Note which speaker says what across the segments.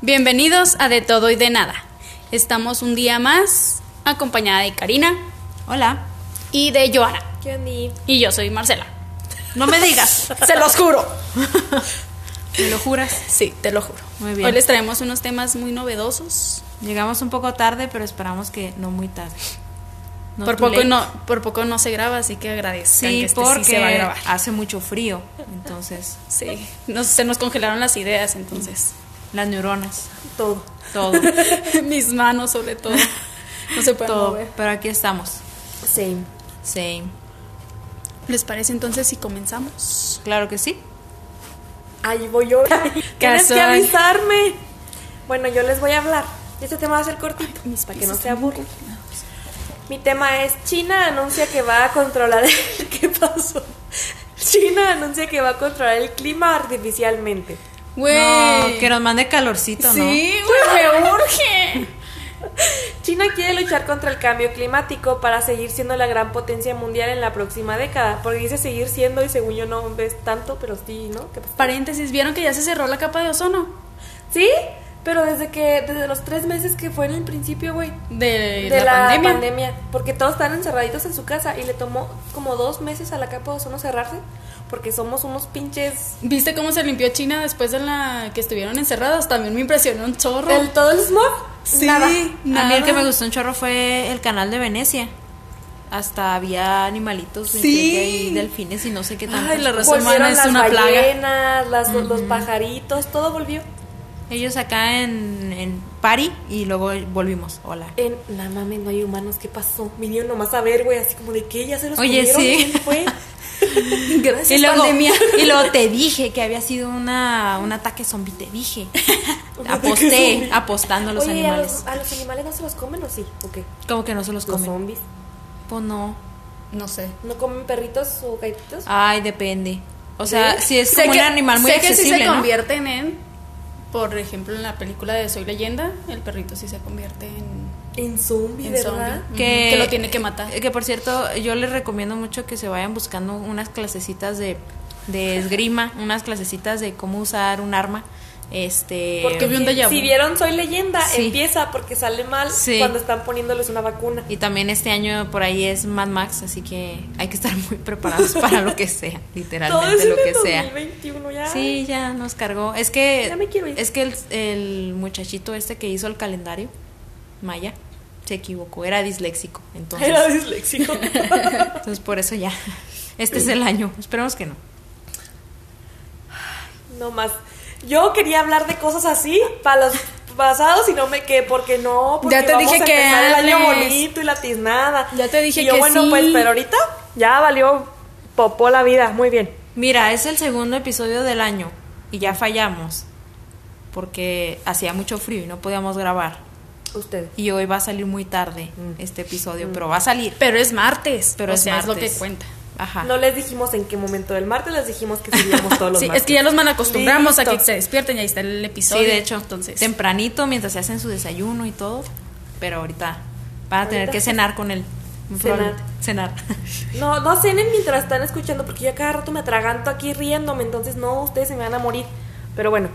Speaker 1: Bienvenidos a De Todo y de Nada. Estamos un día más acompañada de Karina. Hola. Y de Joana. Y yo soy Marcela.
Speaker 2: No me digas.
Speaker 1: Se los juro.
Speaker 2: ¿Me lo juras?
Speaker 1: Sí, te lo juro.
Speaker 2: Muy bien.
Speaker 1: Hoy les traemos unos temas muy novedosos.
Speaker 2: Llegamos un poco tarde, pero esperamos que no muy tarde. No
Speaker 1: por,
Speaker 2: too
Speaker 1: poco
Speaker 2: late.
Speaker 1: no, por poco no se graba, así que agradezcan
Speaker 2: Sí,
Speaker 1: que este
Speaker 2: porque
Speaker 1: sí se va a grabar.
Speaker 2: hace mucho frío. Entonces,
Speaker 1: Sí, nos- se nos congelaron las ideas entonces.
Speaker 2: las neuronas,
Speaker 1: Todo.
Speaker 2: todo,
Speaker 1: Mis manos sobre todo. No se pueden
Speaker 2: todo.
Speaker 1: mover.
Speaker 2: Pero aquí estamos.
Speaker 3: Same.
Speaker 2: Sí.
Speaker 1: ¿Les parece entonces si comenzamos?
Speaker 2: Claro que sí.
Speaker 3: Ahí voy yo. Tienes
Speaker 1: soy?
Speaker 3: que avisarme. Bueno, yo les voy a hablar. Este tema va a ser cortito.
Speaker 1: mis
Speaker 3: para que no
Speaker 1: palizas
Speaker 3: se aburran. Mi tema es China anuncia que va a controlar el... ¿Qué pasó? China anuncia que va a controlar el clima artificialmente.
Speaker 1: Güey.
Speaker 2: No, que nos mande calorcito, ¿no?
Speaker 1: Sí, güey, me urge.
Speaker 3: China quiere luchar contra el cambio climático para seguir siendo la gran potencia mundial en la próxima década. Porque dice seguir siendo y según yo no ves tanto, pero sí, ¿no? ¿Qué pasó?
Speaker 1: Paréntesis, ¿vieron que ya se cerró la capa de ozono?
Speaker 3: Sí, pero desde que desde los tres meses que fue en el principio, güey.
Speaker 1: De,
Speaker 3: de
Speaker 1: Eh, la,
Speaker 3: la,
Speaker 1: pandemia.
Speaker 3: pandemia. porque todos están encerraditos en su casa y le tomó como dos meses a la capa de ozono cerrarse, porque somos unos pinches...
Speaker 1: ¿Viste cómo se limpió China después de la que estuvieron encerradas? También me impresionó un chorro.
Speaker 3: El, todo el smog,
Speaker 1: Sí.
Speaker 3: nada.
Speaker 2: A mí
Speaker 1: Nada.
Speaker 2: el que me gustó un chorro fue el canal de Venecia. Hasta había animalitos
Speaker 1: Sí.
Speaker 2: y delfines y no sé qué
Speaker 1: Ay,
Speaker 2: tal.
Speaker 1: la raza humana
Speaker 3: Volvieron
Speaker 1: es
Speaker 3: las
Speaker 1: una plaga.
Speaker 3: ballenas, las, los pajaritos, todo volvió.
Speaker 2: Ellos acá en, en Pari y luego volvimos. Hola.
Speaker 3: En, no mames, no hay humanos, ¿qué pasó? Vinieron nomás a ver, güey, así como de que ya se los
Speaker 2: Oye,
Speaker 3: comieron,
Speaker 2: sí.
Speaker 3: ¿quién fue?
Speaker 1: Gracias,
Speaker 2: Y luego,
Speaker 1: pandemia.
Speaker 2: y luego te dije que había sido una, un ataque zombie, te dije. Aposté, apostando a los
Speaker 3: Oye, ¿y a
Speaker 2: animales.
Speaker 3: los, a los animales no se los comen o sí? ¿O qué?
Speaker 2: Como que no se los
Speaker 3: Los
Speaker 2: comen.
Speaker 3: zombies.
Speaker 2: Pues no.
Speaker 1: No sé.
Speaker 3: ¿No comen perritos o gatitos?
Speaker 2: Ay, depende. O sea,
Speaker 3: ¿Sí?
Speaker 2: si es como un animal muy
Speaker 1: sé que
Speaker 2: accesible,
Speaker 1: sí se
Speaker 2: ¿no?
Speaker 1: convierten en, por ejemplo, en la película de Soy Leyenda, el perrito sí se convierte en,
Speaker 3: En zombie,
Speaker 1: en
Speaker 3: ¿verdad?
Speaker 1: zombie.
Speaker 2: Que-
Speaker 1: Ujú, que lo tiene que matar.
Speaker 2: Que por cierto, yo les recomiendo mucho que se vayan buscando unas clasecitas de, de esgrima, unas clasecitas de cómo usar un arma. Este.
Speaker 1: Que vi un déjà vu.
Speaker 3: Eh, Si vieron Soy Leyenda,
Speaker 2: Sí.
Speaker 3: empieza porque sale mal
Speaker 2: Sí.
Speaker 3: cuando están poniéndoles una vacuna.
Speaker 2: Y también este año por ahí es Mad Max, así que hay que estar muy preparados para lo que sea,
Speaker 3: Todo es
Speaker 2: literalmente
Speaker 3: en
Speaker 2: lo que
Speaker 3: el
Speaker 2: sea.
Speaker 3: 2021 ya.
Speaker 2: Sí, ya nos cargó. Es que
Speaker 3: Ya me quiero ir.
Speaker 2: es que el, el muchachito este que hizo el calendario Maya se equivocó, era disléxico, entonces
Speaker 3: Era disléxico.
Speaker 2: entonces por eso ya. Este es el año. Esperemos que no.
Speaker 3: no más. Yo quería hablar de cosas así para los pasados y no me que porque no, porque
Speaker 1: Ya te
Speaker 3: vamos
Speaker 1: dije
Speaker 3: a
Speaker 1: que
Speaker 3: empezar el año
Speaker 1: hables.
Speaker 3: bonito y la tiznada.
Speaker 1: Ya te dije
Speaker 3: Y yo,
Speaker 1: que
Speaker 3: bueno,
Speaker 1: sí.
Speaker 3: pues, pero ahorita ya valió popó la vida, muy bien.
Speaker 2: Mira, es el segundo episodio del año y ya fallamos porque hacía mucho frío y no podíamos grabar.
Speaker 3: Usted.
Speaker 2: Y hoy va a salir muy tarde
Speaker 3: Mm.
Speaker 2: este episodio, pero va a salir.
Speaker 1: Pero es martes.
Speaker 2: Pero
Speaker 1: o
Speaker 2: es
Speaker 1: sea, es lo
Speaker 2: martes.
Speaker 1: que cuenta. Ah.
Speaker 2: Ajá.
Speaker 3: No les dijimos en qué momento del martes, les dijimos que subíamos todos los
Speaker 1: Sí,
Speaker 3: martes.
Speaker 1: es que ya los malacostumbramos a que
Speaker 3: Listo.
Speaker 1: se despierten y ahí está el episodio.
Speaker 2: Sí, de hecho,
Speaker 1: Entonces,
Speaker 2: tempranito mientras se hacen su desayuno y todo, pero ahorita van a tener
Speaker 3: Ahorita.
Speaker 2: que cenar con él. muy
Speaker 3: Cenar.
Speaker 2: probablemente. Cenar.
Speaker 3: No, no cenen mientras están escuchando, porque yo cada rato me atraganto aquí riéndome, entonces no, ustedes se me van a morir. Pero bueno,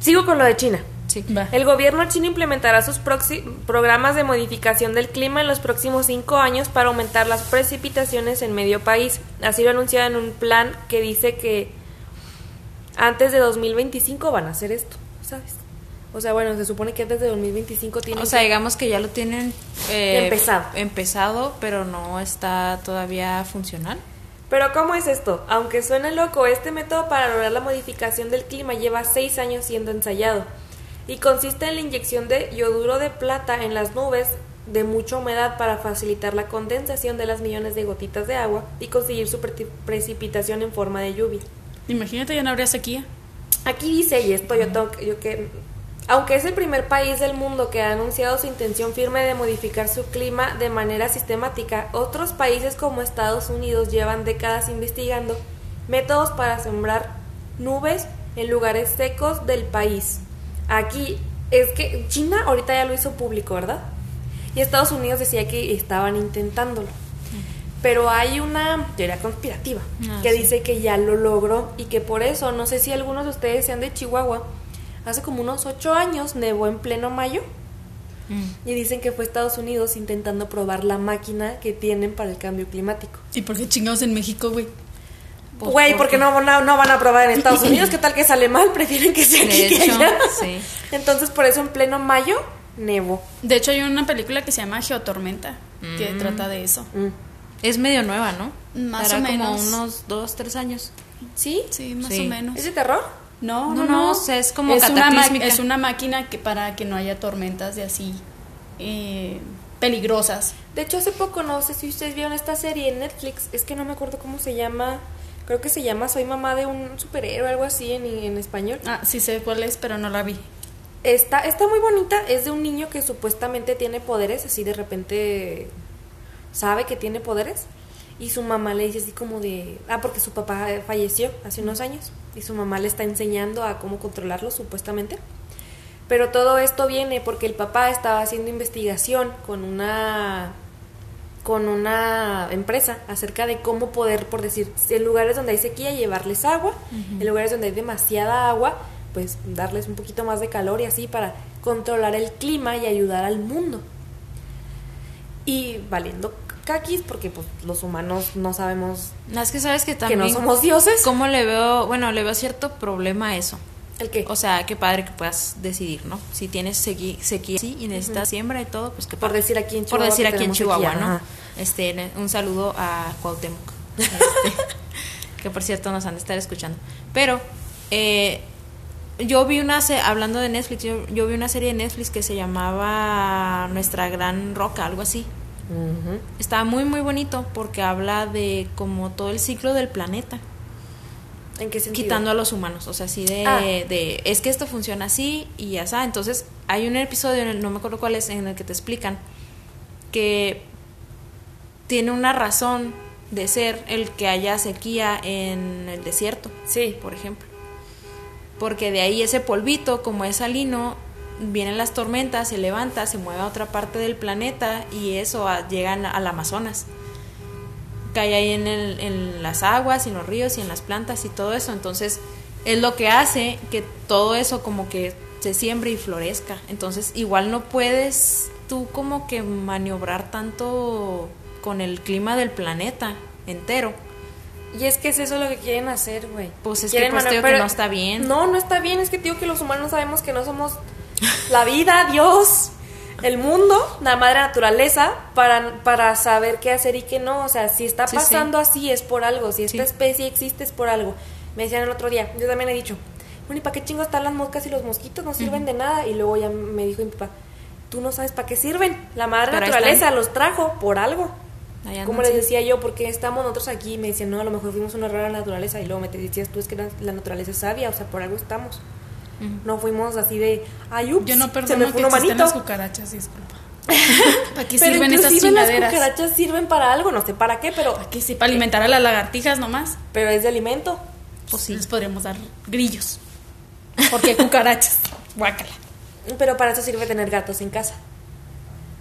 Speaker 3: sigo con lo de China.
Speaker 2: Sí.
Speaker 1: va.
Speaker 3: El gobierno chino implementará sus proxi- programas de modificación del clima en los próximos cinco años para aumentar las precipitaciones en medio país. Así lo anunciaron en un plan que dice que antes de 2025 van a hacer esto, ¿sabes? O sea, bueno, se supone que antes de 2025 tienen...
Speaker 2: O sea, digamos que ya lo tienen eh,
Speaker 3: Empezado.
Speaker 2: empezado, pero no está todavía funcional.
Speaker 3: Pero ¿cómo es esto? Aunque suene loco, este método para lograr la modificación del clima lleva seis años siendo ensayado y consiste en la inyección de yoduro de plata en las nubes de mucha humedad para facilitar la condensación de las millones de gotitas de agua y conseguir su pre- precipitación en forma de lluvia.
Speaker 1: imagínate, ya no habría sequía.
Speaker 3: Aquí dice, y esto yo tengo que- yo que... Aunque es el primer país del mundo que ha anunciado su intención firme de modificar su clima de manera sistemática, otros países como Estados Unidos llevan décadas investigando métodos para sembrar nubes en lugares secos del país. Aquí es que China ahorita ya lo hizo público, ¿verdad? Y Estados Unidos decía que estaban intentándolo. Pero hay una teoría conspirativa
Speaker 2: Ah,
Speaker 3: que
Speaker 2: sí.
Speaker 3: dice que ya lo logró y que por eso, no sé si algunos de ustedes sean de Chihuahua, hace como unos ocho años nevó en pleno mayo
Speaker 2: Mm.
Speaker 3: y dicen que fue Estados Unidos intentando probar la máquina que tienen para el cambio climático.
Speaker 1: ¿Y por qué chingados en México, güey?
Speaker 2: Pues,
Speaker 3: Güey,
Speaker 2: ¿por
Speaker 3: porque
Speaker 2: qué?
Speaker 3: no, no, no van a probar en Estados Unidos, ¿qué tal que sale mal? Prefieren que sea
Speaker 2: De
Speaker 3: aquí que
Speaker 2: hecho,
Speaker 3: allá.
Speaker 2: sí.
Speaker 3: Entonces, por eso en pleno mayo nevó.
Speaker 1: De hecho, hay una película que se llama Geotormenta, que trata de eso.
Speaker 3: Mm.
Speaker 2: Es medio nueva, ¿no?
Speaker 1: Más
Speaker 2: Dará
Speaker 1: o menos.
Speaker 2: como unos dos, tres años.
Speaker 3: ¿Sí?
Speaker 1: Sí, más
Speaker 2: Sí.
Speaker 1: o menos.
Speaker 3: ¿Es de terror?
Speaker 1: No,
Speaker 2: No,
Speaker 1: no,
Speaker 2: no,
Speaker 1: no.
Speaker 2: o sea, es como
Speaker 1: una, ma-
Speaker 2: cataclísmica.
Speaker 1: es una máquina que para que no haya tormentas de así eh, peligrosas.
Speaker 3: De hecho, hace poco, no sé si ustedes vieron esta serie en Netflix, es que no me acuerdo cómo se llama, creo que se llama Soy mamá de un superhéroe, algo así en, en español.
Speaker 1: Ah, sí sé cuál es, pero no la vi.
Speaker 3: Está, está muy bonita, es de un niño que supuestamente tiene poderes, así de repente sabe que tiene poderes. Y su mamá le dice así como de... Ah, porque su papá eh, falleció hace unos años. Y su mamá le está enseñando a cómo controlarlo, supuestamente. Pero todo esto viene porque el papá estaba haciendo investigación con una con una empresa acerca de cómo poder, por decir, en lugares donde hay sequía, llevarles agua, en lugares donde hay demasiada agua, pues darles un poquito más de calor y así para controlar el clima y ayudar al mundo. Y valiendo caquis, porque pues, los humanos no sabemos
Speaker 2: No, es que sabes que también.
Speaker 3: que no somos dioses.
Speaker 2: ¿Cómo le veo? Bueno, le veo cierto problema a eso.
Speaker 3: ¿El qué?
Speaker 2: O sea, qué padre que puedas decidir, ¿no? Si tienes sequi- sequía sí, y necesitas siembra y todo, pues que
Speaker 3: Por decir aquí en
Speaker 2: Por
Speaker 3: Chihuahua
Speaker 2: decir
Speaker 3: que
Speaker 2: aquí en
Speaker 3: tenemos
Speaker 2: Chihuahua,
Speaker 3: sequía,
Speaker 2: ¿no?
Speaker 3: ajá.
Speaker 2: Este, ne- un saludo a Cuauhtémoc. este, que por cierto nos han de estar escuchando. Pero eh, yo vi una se- hablando de Netflix, yo, yo vi una serie de Netflix que se llamaba Nuestra Gran Roca, algo así.
Speaker 3: Ujú.
Speaker 2: Está muy muy bonito porque habla de como todo el ciclo del planeta
Speaker 3: ¿En qué sentido?
Speaker 2: quitando a los humanos, o sea, así de,
Speaker 3: Ah.
Speaker 2: de es que esto funciona así y ya está. Entonces, hay un episodio, en el- no me acuerdo cuál es, en el que te explican que tiene una razón de ser el que haya sequía en el desierto,
Speaker 3: Sí.
Speaker 2: por ejemplo. Porque de ahí ese polvito, como es salino, vienen las tormentas, se levanta, se mueve a otra parte del planeta y eso a- llegan al Amazonas cae ahí en, el- en las aguas, en los ríos y en las plantas y todo eso. Entonces es lo que hace que todo eso como que se siembre y florezca. Entonces igual no puedes tú como que maniobrar tanto con el clima del planeta entero.
Speaker 3: Y es que es eso lo que quieren hacer, güey.
Speaker 2: Pues es
Speaker 3: Quieren
Speaker 2: que, pues, te digo que
Speaker 3: manipula-
Speaker 2: no está bien.
Speaker 3: No, no está bien. Es que te digo que los humanos sabemos que no somos la vida, Dios, el mundo, la madre naturaleza, para, para saber qué hacer y qué no. O sea, si está
Speaker 2: Sí, sí.
Speaker 3: pasando así es por algo. Si esta
Speaker 2: Sí.
Speaker 3: especie existe es por algo. Me decían el otro día, yo también he dicho, bueno, ¿y para qué chingo están las moscas y los mosquitos? No sirven de nada. Y luego ya me dijo mi papá, tú no sabes para qué sirven. La madre
Speaker 2: Pero ahí
Speaker 3: naturaleza
Speaker 2: están.
Speaker 3: los trajo por algo.
Speaker 2: Ahí andan,
Speaker 3: Como les
Speaker 2: sí.
Speaker 3: decía yo, porque estamos nosotros aquí, y me decían, no, a lo mejor fuimos un error a la naturaleza, y luego me te decías tú, es que la, la naturaleza es sabia, o sea, por algo estamos. No fuimos así de, ay, ups,
Speaker 1: Yo no
Speaker 3: se me
Speaker 1: perdono
Speaker 3: fue
Speaker 1: que
Speaker 3: un
Speaker 1: existan
Speaker 3: humanito.
Speaker 1: las cucarachas, disculpa. ¿Para qué
Speaker 3: Pero
Speaker 1: sirven esas
Speaker 3: inclusive las
Speaker 1: chingaderas?
Speaker 3: cucarachas sirven para algo, no sé para qué, pero,
Speaker 1: Que sí, para alimentar a las lagartijas nomás.
Speaker 3: pero es de alimento.
Speaker 1: Pues sí. Les podríamos dar grillos. Porque cucarachas. Guácala.
Speaker 3: Pero para eso sirve tener gatos en casa.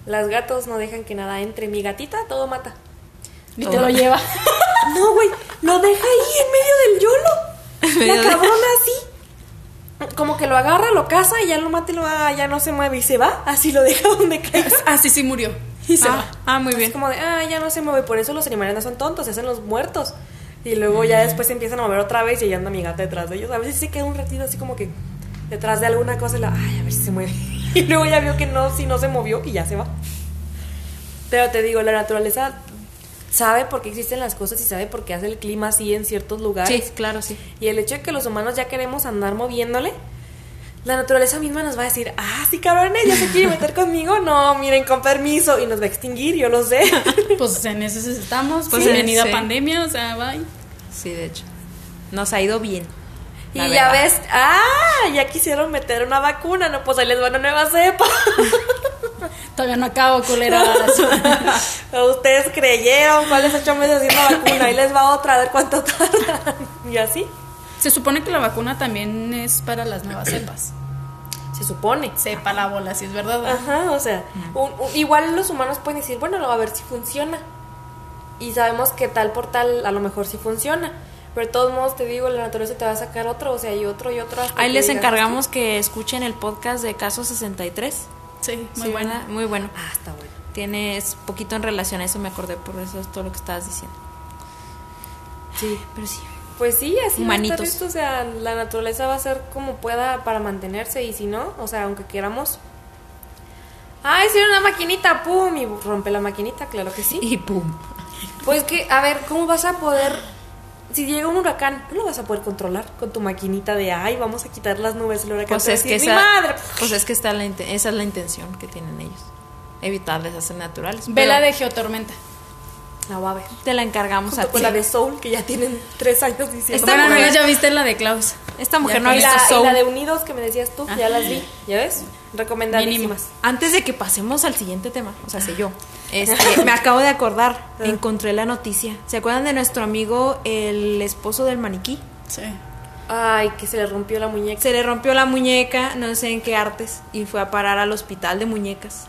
Speaker 3: Las gatos no dejan que nada entre. Mi gatita todo mata.
Speaker 1: Y te
Speaker 2: Todo.
Speaker 1: lo lleva.
Speaker 3: No, güey, lo deja ahí en medio del
Speaker 2: medio
Speaker 3: yolo.
Speaker 2: de-
Speaker 3: La cabrona así. Como que lo agarra, lo caza y ya lo mata y lo, ah, ya no se mueve y se va. Así lo deja donde caiga.
Speaker 1: Así sí murió. Y se
Speaker 2: Ah,
Speaker 1: va.
Speaker 2: ah, muy
Speaker 3: Es
Speaker 2: bien.
Speaker 3: como de, ah, ya no se mueve. Por eso los animales no son tontos, se hacen los muertos. Y luego ya después se empiezan a mover otra vez y ahí anda mi gata detrás de ellos. A veces se queda un ratito así como que detrás de alguna cosa y la, ay, a ver si se mueve. Y luego ya vio que no, si no se movió y ya se va. Pero te digo, la naturaleza sabe por qué existen las cosas y sabe por qué hace el clima así en ciertos lugares.
Speaker 2: Sí, claro, sí.
Speaker 3: Y el hecho de que los humanos ya queremos andar moviéndole, la naturaleza misma nos va a decir, ah, sí, cabrones, ya se quiere meter conmigo. No, miren, con permiso. Y nos va a extinguir, yo lo sé.
Speaker 1: Pues en eso estamos.
Speaker 2: Pues
Speaker 1: Pues
Speaker 2: sí,
Speaker 1: bienvenida
Speaker 2: sí.
Speaker 1: pandemia, o sea, bye.
Speaker 2: Sí, de hecho. Nos ha ido bien.
Speaker 3: y
Speaker 2: la
Speaker 3: ya
Speaker 2: verdad.
Speaker 3: ves, ah, ya quisieron meter una vacuna. No, pues ahí les va una nueva cepa.
Speaker 1: Todavía no acabo, coleras.
Speaker 3: Ustedes creyeron, ¿cuáles ocho meses sin la vacuna? Ahí les va otra, a ver cuánto tardan. Y así,
Speaker 1: Se supone que la vacuna también es para las nuevas cepas.
Speaker 3: se supone.
Speaker 1: Sepa la bola, si es verdad.
Speaker 2: Ah.
Speaker 1: ¿verdad?
Speaker 3: Ajá, o sea, un- un- igual los humanos pueden decir, bueno, a ver si funciona. Y sabemos que tal por tal a lo mejor sí funciona. Pero de todos modos, te digo, la naturaleza te va a sacar otro, o sea, y otro y otro. hasta
Speaker 2: Ahí
Speaker 3: que
Speaker 2: les
Speaker 3: digas,
Speaker 2: encargamos que escuchen el podcast de Caso 63.
Speaker 1: Sí, muy
Speaker 2: Sí,
Speaker 1: buena.
Speaker 2: ¿verdad? Muy bueno.
Speaker 3: "Ah, está bueno.
Speaker 2: Tienes poquito en relación a eso, me acordé, por eso es todo lo que estabas diciendo. Sí, pero sí.
Speaker 3: Pues sí, así va a
Speaker 2: Humanitos.
Speaker 3: estar esto, o sea, la naturaleza va a ser como pueda para mantenerse y si no, o sea, aunque queramos... ¡Ay, si una maquinita! ¡Pum! Y rompe la maquinita, claro que sí.
Speaker 2: Y pum.
Speaker 3: Pues que, a ver, ¿cómo vas a poder... Si llega un huracán, no lo vas a poder controlar con tu maquinita de, ay, vamos a quitar las nubes, el huracán.
Speaker 2: Pues
Speaker 3: te va
Speaker 2: es
Speaker 3: a
Speaker 2: que
Speaker 3: decir,
Speaker 2: esa,
Speaker 3: ¡Mi madre!
Speaker 2: pues es que está la inten- esa es la intención que tienen ellos. Evitar desastres naturales.
Speaker 1: Vela
Speaker 2: pero
Speaker 1: de Geotormenta.
Speaker 3: La va a ver.
Speaker 2: te la encargamos
Speaker 3: Junto
Speaker 2: a
Speaker 3: con
Speaker 2: ti.
Speaker 3: la de Soul, que ya tienen tres años diciendo.
Speaker 2: Esta
Speaker 1: Bueno, al
Speaker 2: mujer-
Speaker 1: menos ya viste la de Klaus.
Speaker 2: Esta mujer
Speaker 1: Ya
Speaker 2: no ha
Speaker 3: y,
Speaker 2: visto
Speaker 3: la, y
Speaker 2: Soul.
Speaker 3: la de Unidos que me decías tú, ya las vi, ¿ya ves? Recomendadísimas.
Speaker 2: Antes de que pasemos al siguiente tema, o sea, sé yo. Este, me acabo de acordar,
Speaker 3: Ah.
Speaker 2: encontré la noticia. ¿Se acuerdan de nuestro amigo, el esposo del maniquí?
Speaker 1: Sí.
Speaker 3: Ay, que se le rompió la muñeca.
Speaker 2: Se le rompió la muñeca, no sé en qué artes, y fue a parar al hospital de muñecas.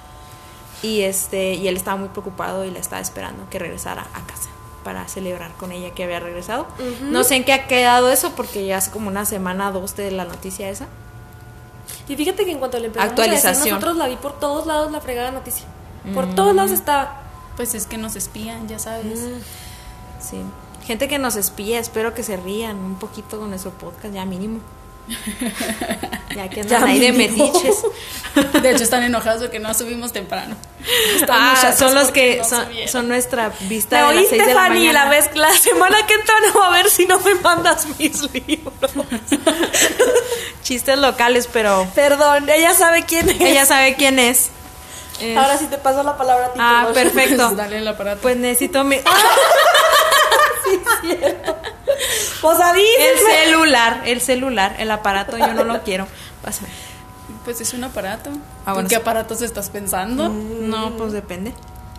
Speaker 2: Y este, y él estaba muy preocupado y la estaba esperando que regresara a casa para celebrar con ella que había regresado. No sé en qué ha quedado eso porque ya hace como una semana dos de la noticia esa.
Speaker 3: Y fíjate que en cuanto le empezamos a decir,
Speaker 2: Actualización. Mm.
Speaker 3: nosotros la vi por todos lados la fregada noticia. Por todos lados estaba.
Speaker 1: Pues es que nos espían, ya sabes.
Speaker 2: Sí. Gente que nos espía, espero que se rían un poquito con nuestro podcast, ya mínimo. Ya que andan
Speaker 3: Ya
Speaker 2: ahí de
Speaker 3: mínimo.
Speaker 2: metiches.
Speaker 1: De hecho, están enojados porque no subimos temprano.
Speaker 2: Mm. Ah,
Speaker 1: muchachos,
Speaker 2: son los
Speaker 1: porque
Speaker 2: que
Speaker 1: no
Speaker 2: son,
Speaker 1: subieron.
Speaker 2: son nuestra vista
Speaker 3: Te
Speaker 2: de las
Speaker 3: oíste,
Speaker 2: seis de la
Speaker 3: Fanny,
Speaker 2: mañana.
Speaker 3: la vez la semana que entra Ah, no va a ver si no me mandas mis libros.
Speaker 2: Chistes locales, pero
Speaker 3: Perdón, ella sabe quién es.
Speaker 2: ella sabe quién es. Es-
Speaker 3: Ahora sí te paso la palabra a ti.
Speaker 2: ah,
Speaker 3: perdón.
Speaker 2: perfecto.
Speaker 1: Dale el aparato.
Speaker 2: Pues necesito mi
Speaker 3: Pues avísenme.
Speaker 2: el celular, el celular, el aparato yo no lo quiero. Pásame.
Speaker 1: Pues es un aparato.
Speaker 2: Ah, bueno,
Speaker 1: ¿En qué
Speaker 2: sí.
Speaker 1: aparatos estás pensando?
Speaker 3: Mm.
Speaker 2: No, pues depende.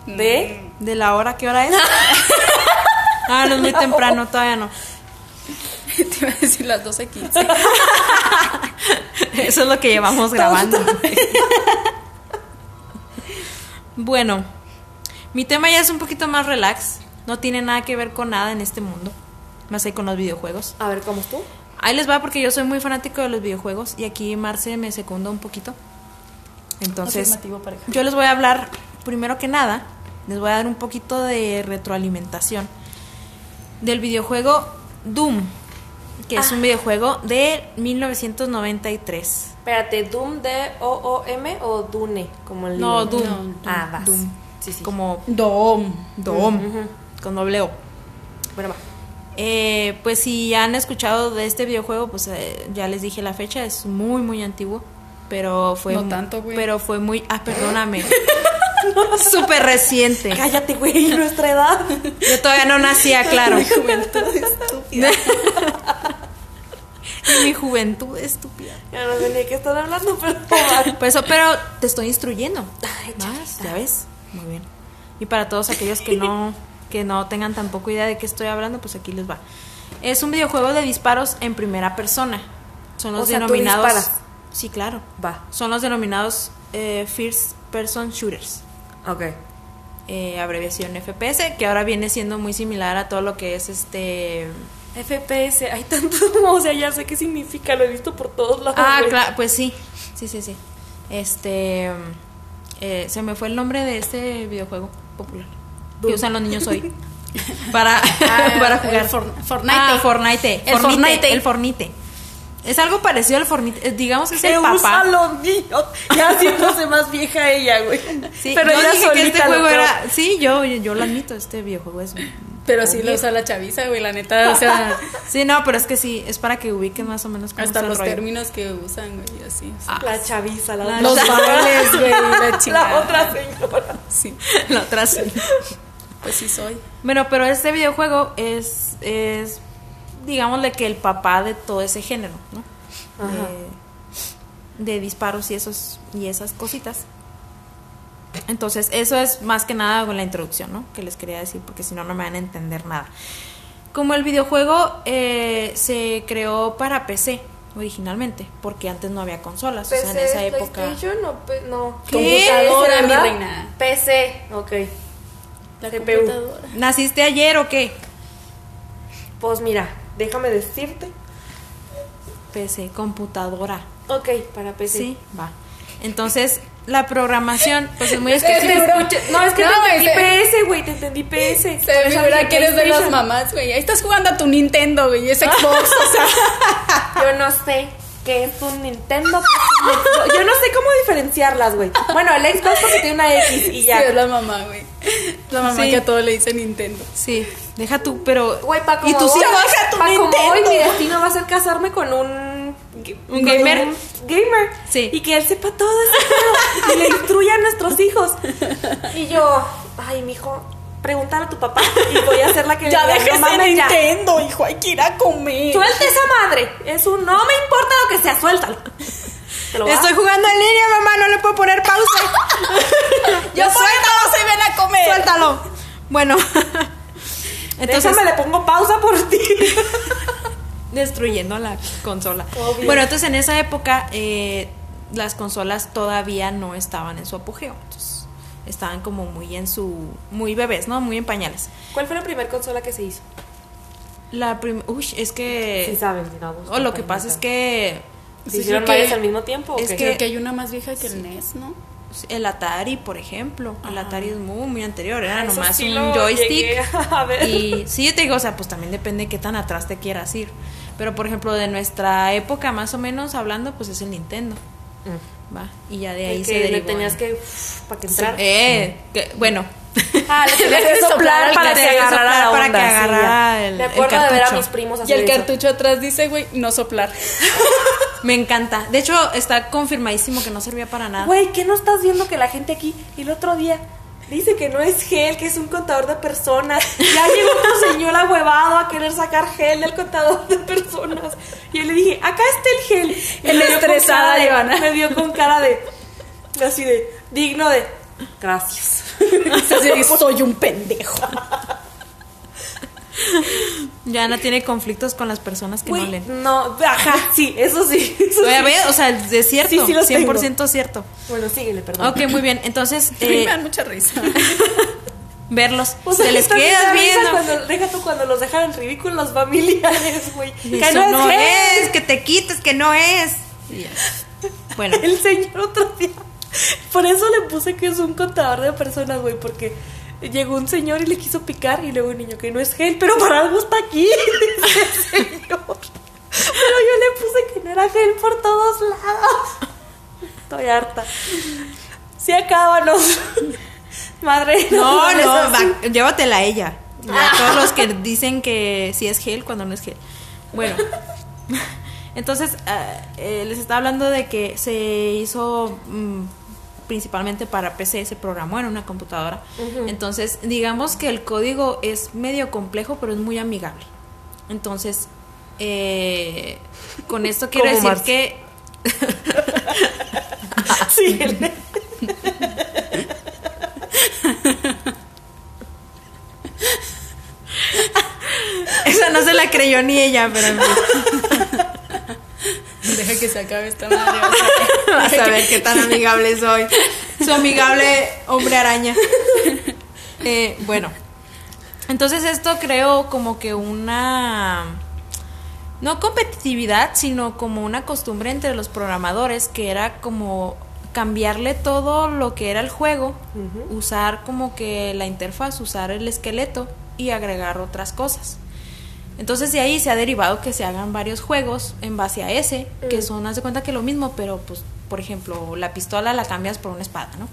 Speaker 3: ¿Ve?
Speaker 2: ¿De la hora qué hora es? Ah, no es muy temprano, todavía no.
Speaker 1: Te iba a decir las 12.15.
Speaker 2: Eso es lo que llevamos grabando. bueno, mi tema ya es un poquito más relax. No tiene nada que ver con nada en este mundo. Más ahí con los videojuegos.
Speaker 3: A ver, ¿cómo tú?
Speaker 2: Ahí les va porque yo soy muy fanático de los videojuegos y aquí Marce me secunda un poquito. Entonces,
Speaker 1: Afirmativo, pareja.
Speaker 2: yo les voy a hablar, primero que nada, les voy a dar un poquito de retroalimentación del videojuego Doom, que es un videojuego de 1993.
Speaker 3: Espérate, ¿Doom D-O-O-M o Dune? Como el
Speaker 2: No,
Speaker 3: libro?
Speaker 2: Doom.
Speaker 1: No,
Speaker 3: Ah, vas.
Speaker 2: Doom.
Speaker 3: Sí, sí.
Speaker 2: Como
Speaker 1: Dom.
Speaker 2: Doom, con doble O.
Speaker 3: Bueno, va.
Speaker 2: Eh, pues si han escuchado de este videojuego, pues eh, ya les dije la fecha, es muy, muy antiguo. Pero fue.
Speaker 1: No
Speaker 2: mu-
Speaker 1: tanto, güey.
Speaker 2: Pero fue muy. Ah, perdóname. Súper reciente.
Speaker 3: Cállate, güey, nuestra edad.
Speaker 2: Yo todavía no nacía, claro.
Speaker 1: Juventud estúpida.
Speaker 2: En mi juventud estúpida.
Speaker 3: Ya no sé ni de qué están hablando, pero va.
Speaker 2: Por eso, pero te estoy instruyendo.
Speaker 3: Ay,
Speaker 2: Más, ya ves. Muy bien. Y para todos aquellos que no, que no tengan tampoco idea de qué estoy hablando, pues aquí les va. Es un videojuego de disparos en primera persona. Son los
Speaker 3: O sea, tú
Speaker 2: denominados.
Speaker 3: disparas.
Speaker 2: sí, claro.
Speaker 3: Va.
Speaker 2: Son los denominados eh, First Person Shooters.
Speaker 3: Ok.
Speaker 2: eh, abreviación FPS, que ahora viene siendo muy similar a todo lo que es este.
Speaker 3: FPS, hay tantos. O sea, ya sé qué significa, lo he visto por todos lados.
Speaker 2: Ah,
Speaker 3: güey.
Speaker 2: claro, pues sí. Sí, sí, sí. Este. eh, se me fue el nombre de este videojuego popular.
Speaker 3: Doom.
Speaker 2: Que usan los niños hoy. Para,
Speaker 1: Ah,
Speaker 2: para
Speaker 1: el
Speaker 2: jugar.
Speaker 1: Forn- Fortnite.
Speaker 2: Ah, Fortnite.
Speaker 1: El Fortnite.
Speaker 2: El Fornite. Es algo parecido al Fornite. eh, Digamos que es
Speaker 3: Que
Speaker 2: el papá.
Speaker 3: usa los niños. Ya haciéndose más vieja ella, güey.
Speaker 2: Sí,
Speaker 3: pero
Speaker 2: yo
Speaker 3: ella
Speaker 2: dije que este
Speaker 3: solita lo
Speaker 2: juego
Speaker 3: creó.
Speaker 2: era. Sí, yo, yo, yo lo admito, este videojuego es.
Speaker 1: Pero sí lo usa la chaviza, güey, la neta. O sea,
Speaker 2: Sí, no, pero es que sí, es para que ubiquen más o menos cómo
Speaker 1: hasta
Speaker 2: está el
Speaker 1: los
Speaker 2: rollo.
Speaker 1: términos que usan, güey, así. o sea.
Speaker 3: La chaviza, Ah, la,
Speaker 2: La-
Speaker 1: Los
Speaker 2: cha-
Speaker 1: bailes, güey, la
Speaker 3: la
Speaker 1: chingada.
Speaker 3: otra señora.
Speaker 1: Sí,
Speaker 2: La otra sí.
Speaker 1: pues sí soy.
Speaker 2: Bueno, pero este videojuego es, es digámosle que el papá de todo ese género, ¿no? De, de disparos y esos y esas cositas. Entonces, eso es más que nada con la introducción, ¿no? Que les quería decir, porque si no, no me van a entender nada. Como el videojuego eh, se creó para PC originalmente, porque antes no había consolas, o sea, en esa época.
Speaker 3: PlayStation o P- no?
Speaker 2: ¿Qué?
Speaker 3: Computadora,
Speaker 1: Era mi
Speaker 3: ¿verdad?
Speaker 1: reina.
Speaker 3: PC, ok.
Speaker 1: La
Speaker 3: CPU.
Speaker 1: computadora.
Speaker 2: ¿Naciste ayer o qué?
Speaker 3: Pues mira, déjame decirte.
Speaker 2: PC, computadora.
Speaker 3: Ok, para PC.
Speaker 2: Sí, va. Entonces, la programación, pues es muy
Speaker 1: Sí,
Speaker 2: específica.
Speaker 1: seguro.
Speaker 3: No, es que
Speaker 1: No,
Speaker 3: te entendí
Speaker 1: güey,
Speaker 3: PS, güey, te entendí PS.
Speaker 1: Se me figura que eres de las mamás, güey. Ahí estás jugando a tu Nintendo, güey. y Es Xbox, o sea.
Speaker 3: Yo no sé qué es un Nintendo. pues, un Xbox. Yo no sé cómo diferenciarlas, güey. Bueno, el Xbox porque tiene una X y
Speaker 1: Sí, es
Speaker 3: ya.
Speaker 1: la mamá, güey. La mamá
Speaker 2: Sí.
Speaker 1: que a todo le dice Nintendo.
Speaker 2: Sí, deja tú, pero.
Speaker 3: Güey, pa' como
Speaker 2: y tus
Speaker 3: hoy-
Speaker 2: hijos,
Speaker 3: pa' como hoy mi
Speaker 2: mira.
Speaker 3: destino va a ser casarme con un...
Speaker 2: Un gamer.
Speaker 3: un gamer.
Speaker 2: Sí.
Speaker 3: Y que él sepa todo ese pedo, y le instruya a nuestros hijos. Y yo, ay, mijo, pregúntale a tu papá y voy a ser la que
Speaker 1: Ya
Speaker 3: diga,
Speaker 1: dejes
Speaker 3: "No
Speaker 1: de
Speaker 3: mames, ya".
Speaker 1: Nintendo, hijo. Hay que ir a comer.
Speaker 3: Suelta esa madre. Es un no me importa lo que sea, suéltalo. Te lo voy a-
Speaker 2: Estoy jugando en línea, mamá, no le puedo poner pausa.
Speaker 1: Yo suéltalo, se ven a comer.
Speaker 2: Suéltalo. Bueno. Entonces,
Speaker 3: Déjame, le pongo pausa por ti.
Speaker 2: destruyendo la consola.
Speaker 3: Obvio.
Speaker 2: Bueno, entonces en esa época eh, las consolas todavía no estaban en su apogeo. Entonces, estaban como muy en su. muy bebés, ¿no? Muy en pañales.
Speaker 3: ¿Cuál fue la primera consola que se hizo?
Speaker 2: La prim- Uy, es que.
Speaker 3: saben, no. pues,
Speaker 2: o lo que pasa es que.
Speaker 3: ¿Se
Speaker 1: Sí,
Speaker 3: hicieron
Speaker 1: creo que-
Speaker 3: varias al mismo tiempo? o
Speaker 2: es
Speaker 3: qué?
Speaker 1: Creo que hay una más vieja que el NES, ¿no?
Speaker 2: pues, El Atari, por ejemplo. El
Speaker 1: Ajá.
Speaker 2: Atari es muy, muy anterior.
Speaker 3: Ah,
Speaker 2: Era
Speaker 3: eso
Speaker 2: nomás
Speaker 3: sí
Speaker 2: un
Speaker 3: lo llegué
Speaker 2: joystick.
Speaker 3: a ver.
Speaker 2: Y sí, yo te digo, o sea, pues también depende de qué tan atrás te quieras ir. Pero por ejemplo, de nuestra época, más o menos hablando, pues es el Nintendo. Va. Y ya de ahí
Speaker 3: El
Speaker 2: se
Speaker 3: Mm. que le
Speaker 2: derivó
Speaker 3: tenías
Speaker 2: en-
Speaker 3: que uf, para que
Speaker 2: Sí.
Speaker 3: entrar.
Speaker 2: Eh, que- bueno.
Speaker 1: Ah, le tenías que soplar
Speaker 2: para
Speaker 1: al
Speaker 2: que
Speaker 1: cartucho.
Speaker 2: agarrara la
Speaker 3: para
Speaker 2: onda,
Speaker 3: que
Speaker 2: sí,
Speaker 3: agarrara
Speaker 2: ya.
Speaker 3: el,
Speaker 2: Me
Speaker 3: el
Speaker 2: acuerdo de ver a
Speaker 3: cartucho.
Speaker 2: mis
Speaker 3: primos
Speaker 1: Y el cartucho atrás dice, güey, no soplar.
Speaker 2: Me encanta. De hecho, está confirmadísimo que no servía para nada.
Speaker 3: Güey, ¿qué no estás viendo que la gente aquí el otro día dice que no es gel, que es un contador de personas? Ya llegó otro señor ahuevado a querer sacar gel del contador de personas. Y yo le dije, acá está el gel. Y
Speaker 1: El
Speaker 3: me vio con
Speaker 1: estresada,
Speaker 3: cara de-
Speaker 1: Ivana.
Speaker 3: Me vio con cara de, así de, digno de, gracias.
Speaker 1: Dice así, soy un pendejo.
Speaker 2: Ya no tiene conflictos con las personas que no
Speaker 3: Güey,
Speaker 2: leen.
Speaker 3: no, ajá, sí, eso sí. eso
Speaker 2: Voy a
Speaker 3: sí.
Speaker 2: ver, o sea, es cierto,
Speaker 3: Sí, sí los
Speaker 2: 100% cierto.
Speaker 3: Bueno, síguele, perdón.
Speaker 2: Ok, muy bien. Entonces,
Speaker 1: A mí
Speaker 2: eh,
Speaker 1: me dan mucha risa.
Speaker 2: verlos.
Speaker 3: O sea,
Speaker 2: te les
Speaker 3: también
Speaker 2: quedas
Speaker 3: da risa
Speaker 2: viendo.
Speaker 3: Cuando, deja tú cuando los dejan en ridículo los familiares, güey.
Speaker 2: Que
Speaker 3: Que
Speaker 2: no,
Speaker 3: gel.
Speaker 2: es, que te quites, que no es. Y ya. Bueno,
Speaker 3: El señor otro día. Por eso le puse que es un contador de personas, güey, porque llegó un señor y le quiso picar y luego un niño que no es gel, pero para algo está aquí, dice el señor. Pero yo le puse que no era gel por todos lados. Estoy harta. Sí, acábanos. Madre.
Speaker 2: no, no, Ah.
Speaker 3: es así.
Speaker 2: va- llévatela a ella. Y A todos los que dicen que sí es gel cuando no es gel. Bueno, entonces ah, eh, les estaba hablando de que se hizo mm, principalmente para PC, se programó en una computadora. Entonces, digamos que el código es medio complejo, pero es muy amigable. Entonces, eh, con esto quiero decir
Speaker 3: Como Marx.
Speaker 2: que
Speaker 3: Síguele.
Speaker 2: esa no se la creyó ni ella, pero en fin.
Speaker 1: Deja que se acabe esta madre. vas a ver.
Speaker 2: Vas a ver qué tan amigable soy. Su amigable hombre araña. Eh, bueno. Entonces esto creo como que una... No competitividad, sino como una costumbre entre los programadores que era como cambiarle todo lo que era el juego, usar como que la interfaz, usar el esqueleto y agregar otras cosas. Entonces de ahí se ha derivado que se hagan varios juegos en base a ese, que son, haz de cuenta que lo mismo, pero pues, por ejemplo, la pistola la cambias por una espada, ¿no?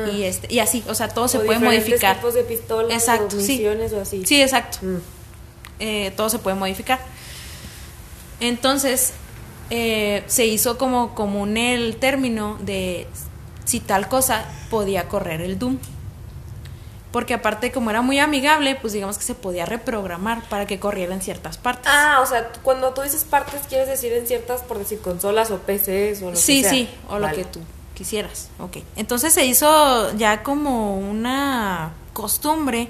Speaker 3: Ah.
Speaker 2: Y, este, y así, o sea, todo se
Speaker 3: O
Speaker 2: puede
Speaker 3: diferentes
Speaker 2: modificar.
Speaker 3: tipos de pistolas
Speaker 2: exacto,
Speaker 3: o misiones
Speaker 2: sí.
Speaker 3: o así.
Speaker 2: Sí, exacto.
Speaker 3: Mm.
Speaker 2: Eh, todo se puede modificar. Entonces, eh, se hizo como común el término de si tal cosa podía correr el Doom. Porque aparte, como era muy amigable, pues digamos que se podía reprogramar para que corriera en ciertas partes.
Speaker 3: Ah, o sea, tú- cuando tú dices partes, quieres decir en ciertas, por decir consolas o PCs o lo
Speaker 2: sí,
Speaker 3: que sea.
Speaker 2: sí, o lo
Speaker 3: Vale.
Speaker 2: que tú quisieras. Ok. Entonces se hizo ya como una costumbre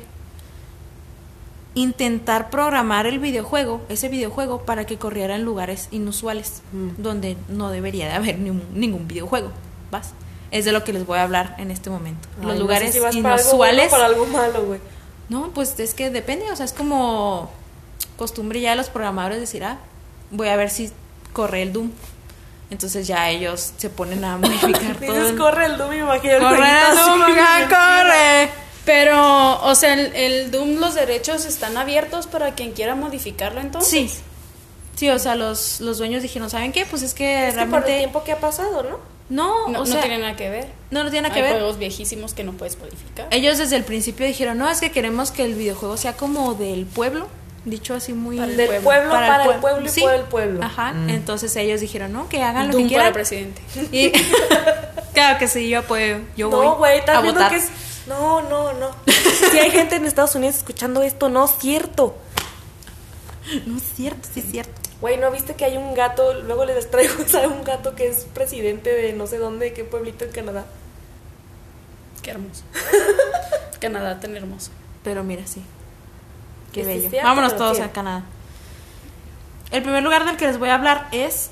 Speaker 2: intentar programar el videojuego, ese videojuego, para que corriera en lugares inusuales,
Speaker 3: Mm.
Speaker 2: donde no debería de haber ni- ningún videojuego. ¿Vas? Es de lo que les voy a hablar en este momento.
Speaker 3: Ay, no
Speaker 2: Los
Speaker 3: sé
Speaker 2: lugares
Speaker 3: si vas para algo bueno o
Speaker 2: inusuales.
Speaker 3: Para algo malo, güey.
Speaker 2: No, pues es que depende, o sea, es como costumbre ya de los programadores decir, ah, voy a ver si corre el Doom. Entonces ya ellos se ponen a modificar todo.
Speaker 3: Dices, corre el Doom, me imagino. el
Speaker 2: Corre,
Speaker 3: jueguito así.
Speaker 2: Doom, ajá, corre.
Speaker 1: Pero, o sea, el, el Doom, los derechos están abiertos para quien quiera modificarlo entonces.
Speaker 2: Sí. Sí, o sea, los, los dueños dijeron, ¿saben qué? Pues es que
Speaker 3: Es que por el
Speaker 2: realmente...
Speaker 3: tiempo que ha pasado, ¿no?
Speaker 2: no,
Speaker 1: No,
Speaker 2: o
Speaker 1: no
Speaker 2: sea,
Speaker 1: tiene nada que ver.
Speaker 2: no, no tiene nada
Speaker 1: Hay
Speaker 2: que ver. Eh,
Speaker 1: juegos viejísimos que no puedes modificar.
Speaker 2: Ellos desde el principio dijeron, no, es que queremos que el videojuego sea como del pueblo, dicho así muy...
Speaker 1: Para el
Speaker 3: Del
Speaker 1: pueblo.
Speaker 3: pueblo, para el
Speaker 2: pue-
Speaker 3: pueblo y
Speaker 2: sí. Ah,
Speaker 3: por el pueblo.
Speaker 2: Ajá, entonces ellos dijeron, no, que hagan lo
Speaker 1: Doom
Speaker 2: que
Speaker 1: para
Speaker 2: quieran.
Speaker 1: presidente.
Speaker 2: Y claro que sí, yo apoyo, yo voy
Speaker 3: no, güey,
Speaker 2: a
Speaker 3: estás viendo
Speaker 2: votar.
Speaker 3: que es. No, no, no. Si hay gente en Estados Unidos escuchando esto, no es cierto.
Speaker 2: No es cierto, sí es cierto.
Speaker 3: Güey, ¿no viste que hay un gato? Luego les traigo a un gato que es presidente de no sé dónde, de qué pueblito en Canadá.
Speaker 1: Qué hermoso. Canadá tan hermoso.
Speaker 2: Pero mira, sí. Qué
Speaker 3: Sí, sí,
Speaker 2: bello.
Speaker 3: cierto,
Speaker 2: Vámonos
Speaker 3: pero
Speaker 2: todos
Speaker 3: sí.
Speaker 2: a Canadá. El primer lugar del que les voy a hablar es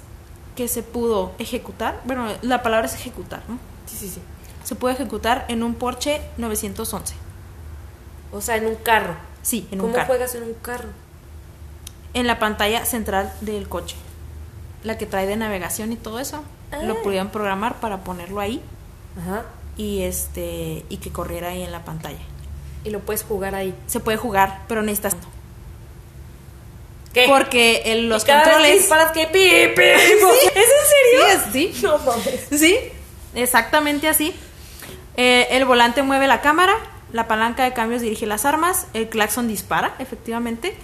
Speaker 2: que se pudo ejecutar. Bueno, la palabra es ejecutar, ¿no?
Speaker 3: Sí, sí, sí.
Speaker 2: Se pudo ejecutar en un Porsche 911.
Speaker 3: O sea, en un carro.
Speaker 2: Sí, en un
Speaker 3: ¿Cómo
Speaker 2: carro.
Speaker 3: juegas en un carro?
Speaker 2: En la pantalla central del coche. La que trae de navegación y todo eso. Lo
Speaker 3: Ah.
Speaker 2: pudieron programar para ponerlo ahí
Speaker 3: Ajá.
Speaker 2: y este y que corriera ahí en la pantalla.
Speaker 3: Y lo puedes jugar ahí.
Speaker 2: Se puede jugar, pero necesitas
Speaker 3: ¿Qué?
Speaker 2: porque el- los
Speaker 3: Eh, Y cada vez que
Speaker 2: controles
Speaker 3: disparas que pi, pi, ¿Es en serio?
Speaker 2: Sí, es- sí.
Speaker 3: No mames.
Speaker 2: Sí, exactamente así. Eh, el volante mueve la cámara, la palanca de cambios dirige las armas, el claxon dispara, efectivamente,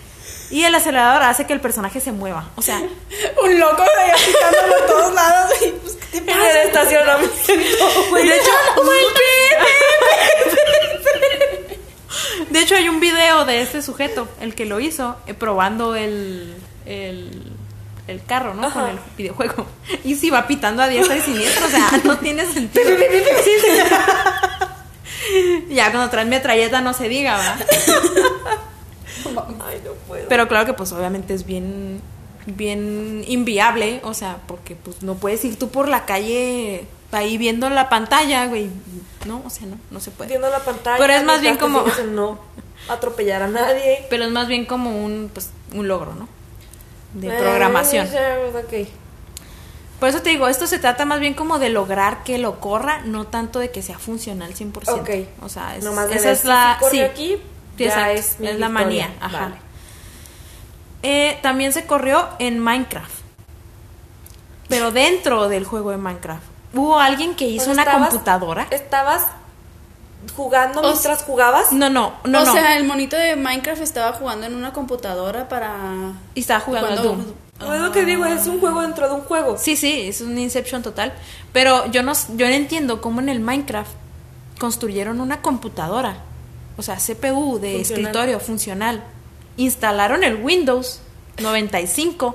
Speaker 2: y el acelerador hace que el personaje se mueva. O sea,
Speaker 1: Un loco de
Speaker 2: por todos lados. pues, ¿Qué
Speaker 3: En el estacionamiento, güey.
Speaker 2: de hecho, de hecho, hay un video de este sujeto, el que lo hizo, eh, probando el, el, el carro, ¿no? Con
Speaker 3: Ajá.
Speaker 2: el videojuego. Y si va pitando a diestra y siniestra, o sea, no tiene sentido. ya cuando traen metralleta no se diga, ¿verdad?
Speaker 3: Ay, no puedo.
Speaker 2: Pero claro que pues obviamente es bien bien inviable, o sea, porque pues no puedes ir tú por la calle ahí viendo la pantalla, güey. No, o sea, no, no se puede.
Speaker 3: viendo la pantalla.
Speaker 2: Pero es más bien
Speaker 3: mientras
Speaker 2: como-
Speaker 3: te fijas en no atropellar a nadie.
Speaker 2: Pero es más bien como un pues un logro, ¿no? De programación.
Speaker 3: Eh, ya, ok.
Speaker 2: Por eso te digo, esto se trata más bien como de lograr que lo corra, no tanto de que sea funcional 100%.
Speaker 3: Ok.
Speaker 2: O sea, es,
Speaker 3: Nomás de
Speaker 2: esa
Speaker 3: ver
Speaker 2: es
Speaker 3: si
Speaker 2: la
Speaker 3: sí corre
Speaker 2: sí.
Speaker 3: aquí, ya
Speaker 2: Exacto,
Speaker 3: es mi
Speaker 2: la
Speaker 3: victoria.
Speaker 2: manía, ajá.
Speaker 3: Vale.
Speaker 2: Eh, también se corrió en Minecraft. Pero dentro del juego de Minecraft. Hubo alguien que hizo
Speaker 3: O sea,
Speaker 2: una
Speaker 3: estabas-
Speaker 2: computadora.
Speaker 3: ¿Estabas jugando
Speaker 1: O sea-
Speaker 3: mientras jugabas?
Speaker 2: No, no, no,
Speaker 1: o
Speaker 2: no.
Speaker 1: sea, el monito de Minecraft estaba jugando en una computadora para.
Speaker 2: y estaba jugando al Doom.
Speaker 3: No es lo que digo, es un juego dentro de un juego.
Speaker 2: Sí, sí, es un Inception total. Pero yo no, s- yo no entiendo cómo en el Minecraft construyeron una computadora, o sea, CPU de
Speaker 3: Funcional.
Speaker 2: escritorio funcional. Instalaron el Windows 95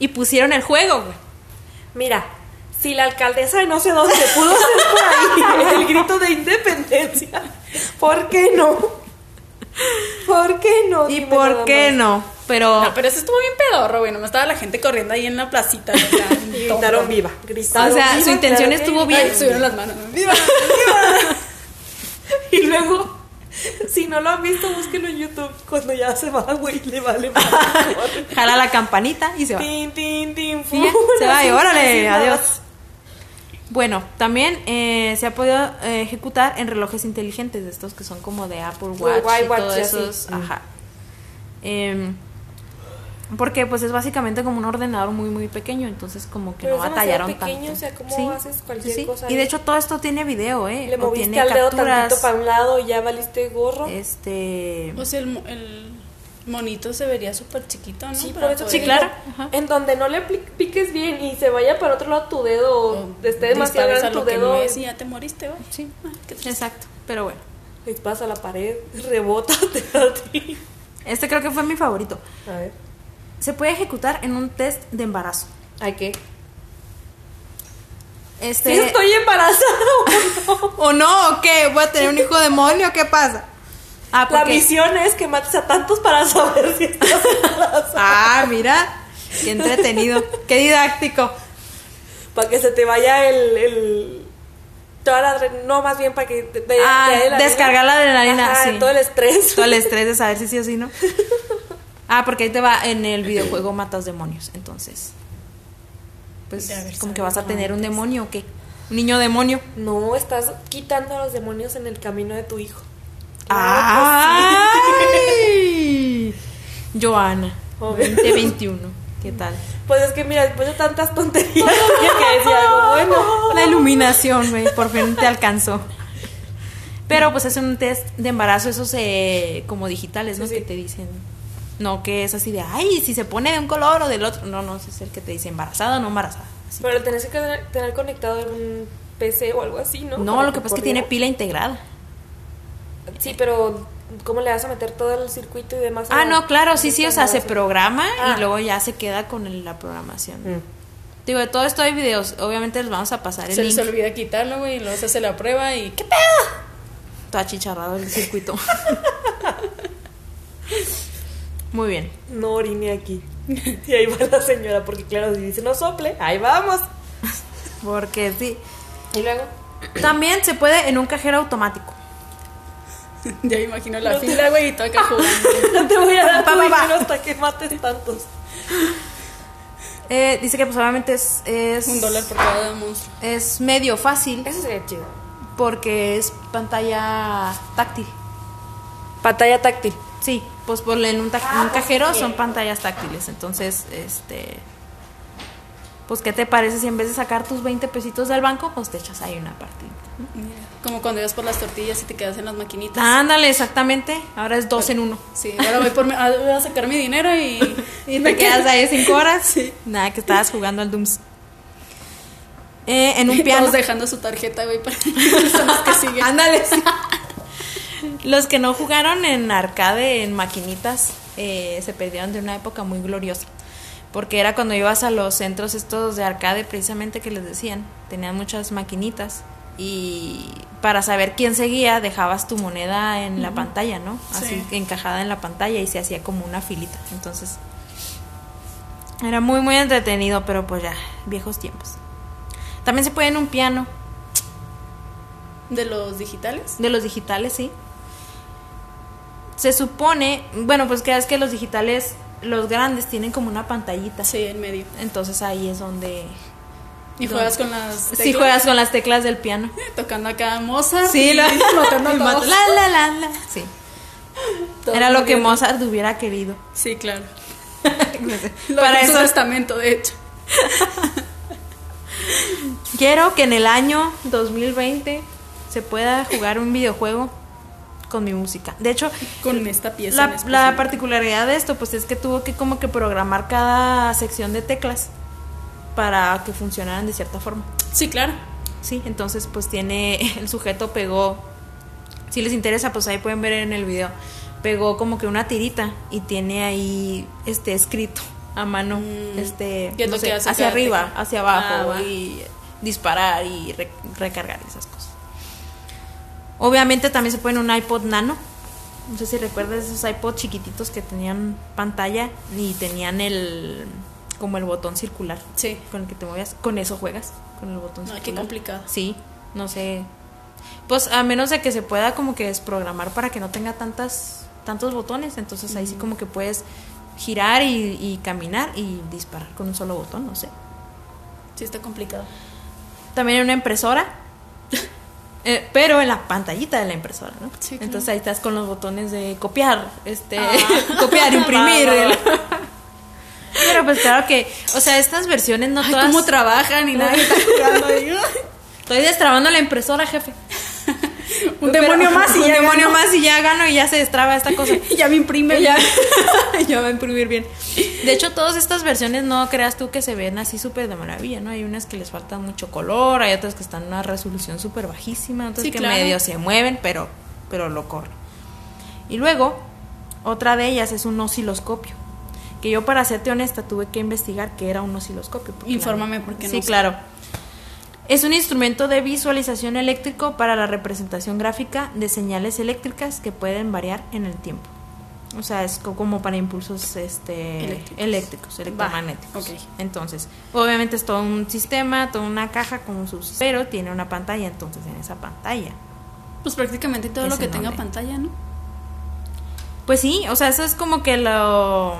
Speaker 2: y pusieron el juego, güey.
Speaker 3: Mira, si la alcaldesa de no sé dónde pudo hacer por ahí el grito de independencia, ¿por qué no? ¿Por qué no?
Speaker 2: ¿Y
Speaker 3: Dime
Speaker 2: por
Speaker 3: nada
Speaker 2: qué
Speaker 3: más.
Speaker 2: no? Pero,
Speaker 1: No, pero eso estuvo bien pedorro, güey. Nomás estaba la gente corriendo ahí en la placita. o sea,
Speaker 3: Y gritaron
Speaker 1: tonto.
Speaker 3: viva. Gritaron
Speaker 2: O sea, su
Speaker 3: viva,
Speaker 2: intención
Speaker 3: claro que
Speaker 2: estuvo
Speaker 1: Ay,
Speaker 2: bien.
Speaker 1: subieron las manos. ¡Viva!
Speaker 3: Y luego, si no lo han visto, búsquenlo en YouTube. Cuando ya se va, güey, le vale más.
Speaker 2: jala la campanita y se va.
Speaker 3: tin, tin, tin,
Speaker 2: Y ya,
Speaker 3: fum,
Speaker 2: se va y
Speaker 3: así, así,
Speaker 2: órale,
Speaker 3: nada.
Speaker 2: adiós. Bueno, también eh, se ha podido eh, ejecutar en relojes inteligentes, de estos que son como de Apple Watch, y
Speaker 3: Watch,
Speaker 2: todos
Speaker 3: y así. Mm.
Speaker 2: esos. Ajá. Em, porque pues es básicamente como un ordenador muy muy pequeño, entonces como que
Speaker 3: Pero
Speaker 2: no
Speaker 3: es
Speaker 2: batallaron
Speaker 3: demasiado pequeño,
Speaker 2: tanto.
Speaker 3: o sea, ¿cómo haces cualquier cosa
Speaker 2: Y de
Speaker 3: ahí?
Speaker 2: hecho todo esto tiene video, ¿eh?
Speaker 3: Le
Speaker 2: o
Speaker 3: moviste
Speaker 2: tiene
Speaker 3: al dedo
Speaker 2: capturas, Eh,
Speaker 3: tantito para un lado y ya valiste gorro.
Speaker 2: Este.
Speaker 1: O sea, el, mo- el monito se vería súper chiquito, ¿no?
Speaker 3: Sí,
Speaker 1: Para
Speaker 3: por eso
Speaker 1: poder-
Speaker 3: te
Speaker 2: Sí, claro.
Speaker 3: digo,
Speaker 2: Ajá.
Speaker 3: En donde no le pli- piques bien y se vaya para otro lado tu dedo, o esté demasiado
Speaker 1: disparas a
Speaker 3: grande tu
Speaker 1: lo que no
Speaker 3: dedo,
Speaker 1: es y ya te moriste, güey.
Speaker 2: Sí.
Speaker 1: Ah, qué triste.
Speaker 2: Exacto. Pero bueno.
Speaker 3: le pasa a la pared, rebota, te da a ti.
Speaker 2: Este creo que fue mi favorito.
Speaker 3: A ver,
Speaker 2: Se puede ejecutar en un test de embarazo.
Speaker 3: ¿hay qué?
Speaker 2: Este.
Speaker 3: Sí, estoy embarazada.
Speaker 2: ¿O no? ¿O qué? ¿Voy a tener un hijo demonio? ¿Qué pasa? Ah,
Speaker 3: La
Speaker 2: porque...
Speaker 3: misión es que mates a tantos para saber si estás embarazada.
Speaker 2: Ah, mira. Qué entretenido. Qué didáctico.
Speaker 3: Para que se te vaya el. el toda la adre- no, más bien para que te, te-
Speaker 2: Ah,
Speaker 3: te dé
Speaker 2: descargar la adrenalina,
Speaker 3: Ajá,
Speaker 2: sí.
Speaker 3: Todo el estrés.
Speaker 2: Todo el estrés de saber si sí o si no. Ah, porque ahí te va, en el videojuego matas demonios, entonces. Pues
Speaker 1: A ver,
Speaker 2: como
Speaker 1: sabe
Speaker 2: que vas a
Speaker 1: cómo
Speaker 2: tener un
Speaker 1: antes.
Speaker 2: demonio o qué? Un niño demonio.
Speaker 3: No, estás quitando a los demonios en el camino de tu hijo.
Speaker 2: Ah.
Speaker 3: Ah, pues
Speaker 2: ¡Ay! Joana,
Speaker 3: Joven.
Speaker 2: 2021. ¿Qué tal?
Speaker 3: Pues es que mira, después de tantas tonterías, tenía que decir algo bueno.
Speaker 2: La iluminación, güey, por fin te alcanzó. Pero pues es un test de embarazo, esos eh, como digitales, ¿no?
Speaker 3: Sí, sí.
Speaker 2: Que te dicen. No, que es así de, ay, si se pone de un color o del otro. No, no, ese es el que te dice embarazada o no embarazada. Así.
Speaker 3: Pero tenés que tener, tener conectado algún PC o algo así, ¿no?
Speaker 2: No,
Speaker 3: Para
Speaker 2: lo que pasa es que
Speaker 3: corriera.
Speaker 2: tiene pila integrada.
Speaker 3: Sí, pero ¿cómo le vas a meter todo el circuito y demás?
Speaker 2: Ah, no, claro, sí, sí, o sea, se programa
Speaker 3: Ah.
Speaker 2: y luego ya se queda con el- la programación.
Speaker 3: Mm.
Speaker 2: Digo, de todo esto hay videos, obviamente les vamos a pasar el
Speaker 4: Se les
Speaker 2: link.
Speaker 4: olvida quitarlo, güey, y luego se hace la prueba y... ¿Qué
Speaker 2: Todo achicharrado el circuito. Muy bien.
Speaker 3: No orine aquí. Y ahí va la señora, porque claro, si dice no sople, ahí vamos.
Speaker 2: Porque sí.
Speaker 3: Y luego,
Speaker 2: También se puede en un cajero automático.
Speaker 4: Ya me imagino la fila, güey, y todo acá jugando.
Speaker 3: no te voy a dar
Speaker 2: Va,
Speaker 3: tu
Speaker 2: va, va.
Speaker 3: dinero hasta que mates tantos.
Speaker 2: Eh, dice que pues obviamente es, es,
Speaker 4: Un dólar por cada monstruo.
Speaker 2: es medio fácil
Speaker 3: Eso sería chido.
Speaker 2: porque es pantalla táctil.
Speaker 3: Pantalla táctil.
Speaker 2: Sí, pues por en un, ta- un cajero son pantallas táctiles. Entonces, este. Pues, ¿qué te parece si en vez de sacar tus 20 pesitos del banco, pues te echas ahí una partida?
Speaker 4: Como cuando ibas por las tortillas y te quedas en las maquinitas.
Speaker 2: Ándale, exactamente. Ahora es dos en uno.
Speaker 4: Sí, ahora voy, por, mi- ah, voy a sacar mi dinero y...
Speaker 2: Y te quedas ahí cinco horas. Nada, que estabas jugando al Dooms. Eh, en un
Speaker 4: Y
Speaker 2: piano.
Speaker 4: todos dejando su tarjeta, güey, para son los que siguen.
Speaker 2: Ándale. sí. Los que no jugaron en arcade, en maquinitas, eh, se perdieron de una época muy gloriosa. Porque era cuando ibas a los centros estos de arcade, precisamente que les decían, tenían muchas maquinitas. Y para saber quién seguía, dejabas tu moneda en la pantalla, ¿no? Así
Speaker 4: Sí.
Speaker 2: encajada en la pantalla y se hacía como una filita. Entonces, era muy, muy entretenido, pero pues ya, viejos tiempos. También se puede en un piano,
Speaker 4: ¿De los digitales?
Speaker 2: de los digitales, sí. Se supone, bueno, pues que es que los digitales, los grandes, tienen como una pantallita.
Speaker 4: Sí, en medio.
Speaker 2: Entonces ahí es donde...
Speaker 4: Y
Speaker 2: No.
Speaker 4: juegas con las
Speaker 2: Si
Speaker 4: teclas,
Speaker 2: juegas con las teclas del piano.
Speaker 4: Tocando acá Mozart.
Speaker 2: Sí,
Speaker 4: y
Speaker 2: lo-
Speaker 4: flotando
Speaker 2: y
Speaker 4: a
Speaker 2: mat-
Speaker 4: todos.
Speaker 2: la, la, la, la. Sí.
Speaker 4: Todo
Speaker 2: Era lo que
Speaker 4: moviendo.
Speaker 2: Mozart hubiera querido.
Speaker 4: Sí, claro. Lo
Speaker 2: Para
Speaker 4: dejó en su
Speaker 2: eso
Speaker 4: testamento, de hecho.
Speaker 2: quiero que en el año 2020 se pueda jugar un videojuego con mi música. De hecho,
Speaker 4: Con esta pieza. en
Speaker 2: La,
Speaker 4: específico.
Speaker 2: la particularidad de esto, pues es que tuvo que como que programar cada sección de teclas para que funcionaran de cierta forma.
Speaker 4: Sí, claro.
Speaker 2: Sí, entonces pues tiene, el sujeto pegó, si les interesa, pues ahí pueden ver en el video, pegó como que una tirita y tiene ahí este escrito a mano,
Speaker 4: Mm,
Speaker 2: este,
Speaker 4: ¿qué es
Speaker 2: no
Speaker 4: lo que hace
Speaker 2: hacia
Speaker 4: cada
Speaker 2: arriba,
Speaker 4: tecla?
Speaker 2: hacia abajo
Speaker 4: Ah, va.
Speaker 2: y disparar y re- recargar y esas cosas. Obviamente también se pone un iPod nano. No sé si recuerdas esos iPod chiquititos que tenían pantalla y tenían el como el botón circular
Speaker 4: Sí.
Speaker 2: con el que te movías. Con eso juegas, con el
Speaker 4: Ay,
Speaker 2: botón circular.
Speaker 4: qué complicado.
Speaker 2: Sí, no sé. Pues a menos de que se pueda como que desprogramar para que no tenga tantas tantos botones, entonces ahí sí como que puedes girar y, y caminar y disparar con un solo botón, no sé.
Speaker 4: Sí, está complicado.
Speaker 2: También en una impresora. eh, pero en la pantallita de la impresora, ¿no?
Speaker 4: Sí, claro.
Speaker 2: Entonces ahí estás con los botones de copiar, este,
Speaker 4: Ah.
Speaker 2: copiar, imprimir.
Speaker 4: Va, va, va.
Speaker 2: Pero pues claro que, o sea, estas versiones no
Speaker 4: Ay,
Speaker 2: todas.
Speaker 4: cómo trabajan y nadie está jugando. ahí.
Speaker 2: Estoy destrabando la impresora, jefe.
Speaker 4: un demonio más y
Speaker 2: un
Speaker 4: ya
Speaker 2: demonio
Speaker 4: ganó.
Speaker 2: más y ya gano y ya se destraba esta cosa.
Speaker 4: ya me imprime.
Speaker 2: ya, ya va a imprimir bien. De hecho, todas estas versiones no creas tú que se ven así súper de maravilla, ¿no? Hay unas que les falta mucho color, hay otras que están en una resolución súper bajísima, otras
Speaker 4: Sí,
Speaker 2: que
Speaker 4: claro.
Speaker 2: medio se mueven, pero, pero lo corre. Y luego, otra de ellas es un osciloscopio. Que yo, para serte honesta, tuve que investigar qué era un osciloscopio. porque la-
Speaker 4: Infórmame, porque
Speaker 2: Sí,
Speaker 4: no sé.
Speaker 2: claro. Es un instrumento de visualización eléctrico para la representación gráfica de señales eléctricas que pueden variar en el tiempo. O sea, es co- como para impulsos este,
Speaker 4: Eléctricos.
Speaker 2: eléctricos. electromagnéticos.
Speaker 4: ok.
Speaker 2: Entonces, obviamente es todo un sistema, toda una caja con sus... Pero tiene una pantalla, entonces en esa pantalla
Speaker 4: Pues prácticamente todo
Speaker 2: Es
Speaker 4: lo que
Speaker 2: en
Speaker 4: tenga
Speaker 2: donde.
Speaker 4: pantalla, ¿no?
Speaker 2: Pues sí, o sea, eso es como que lo,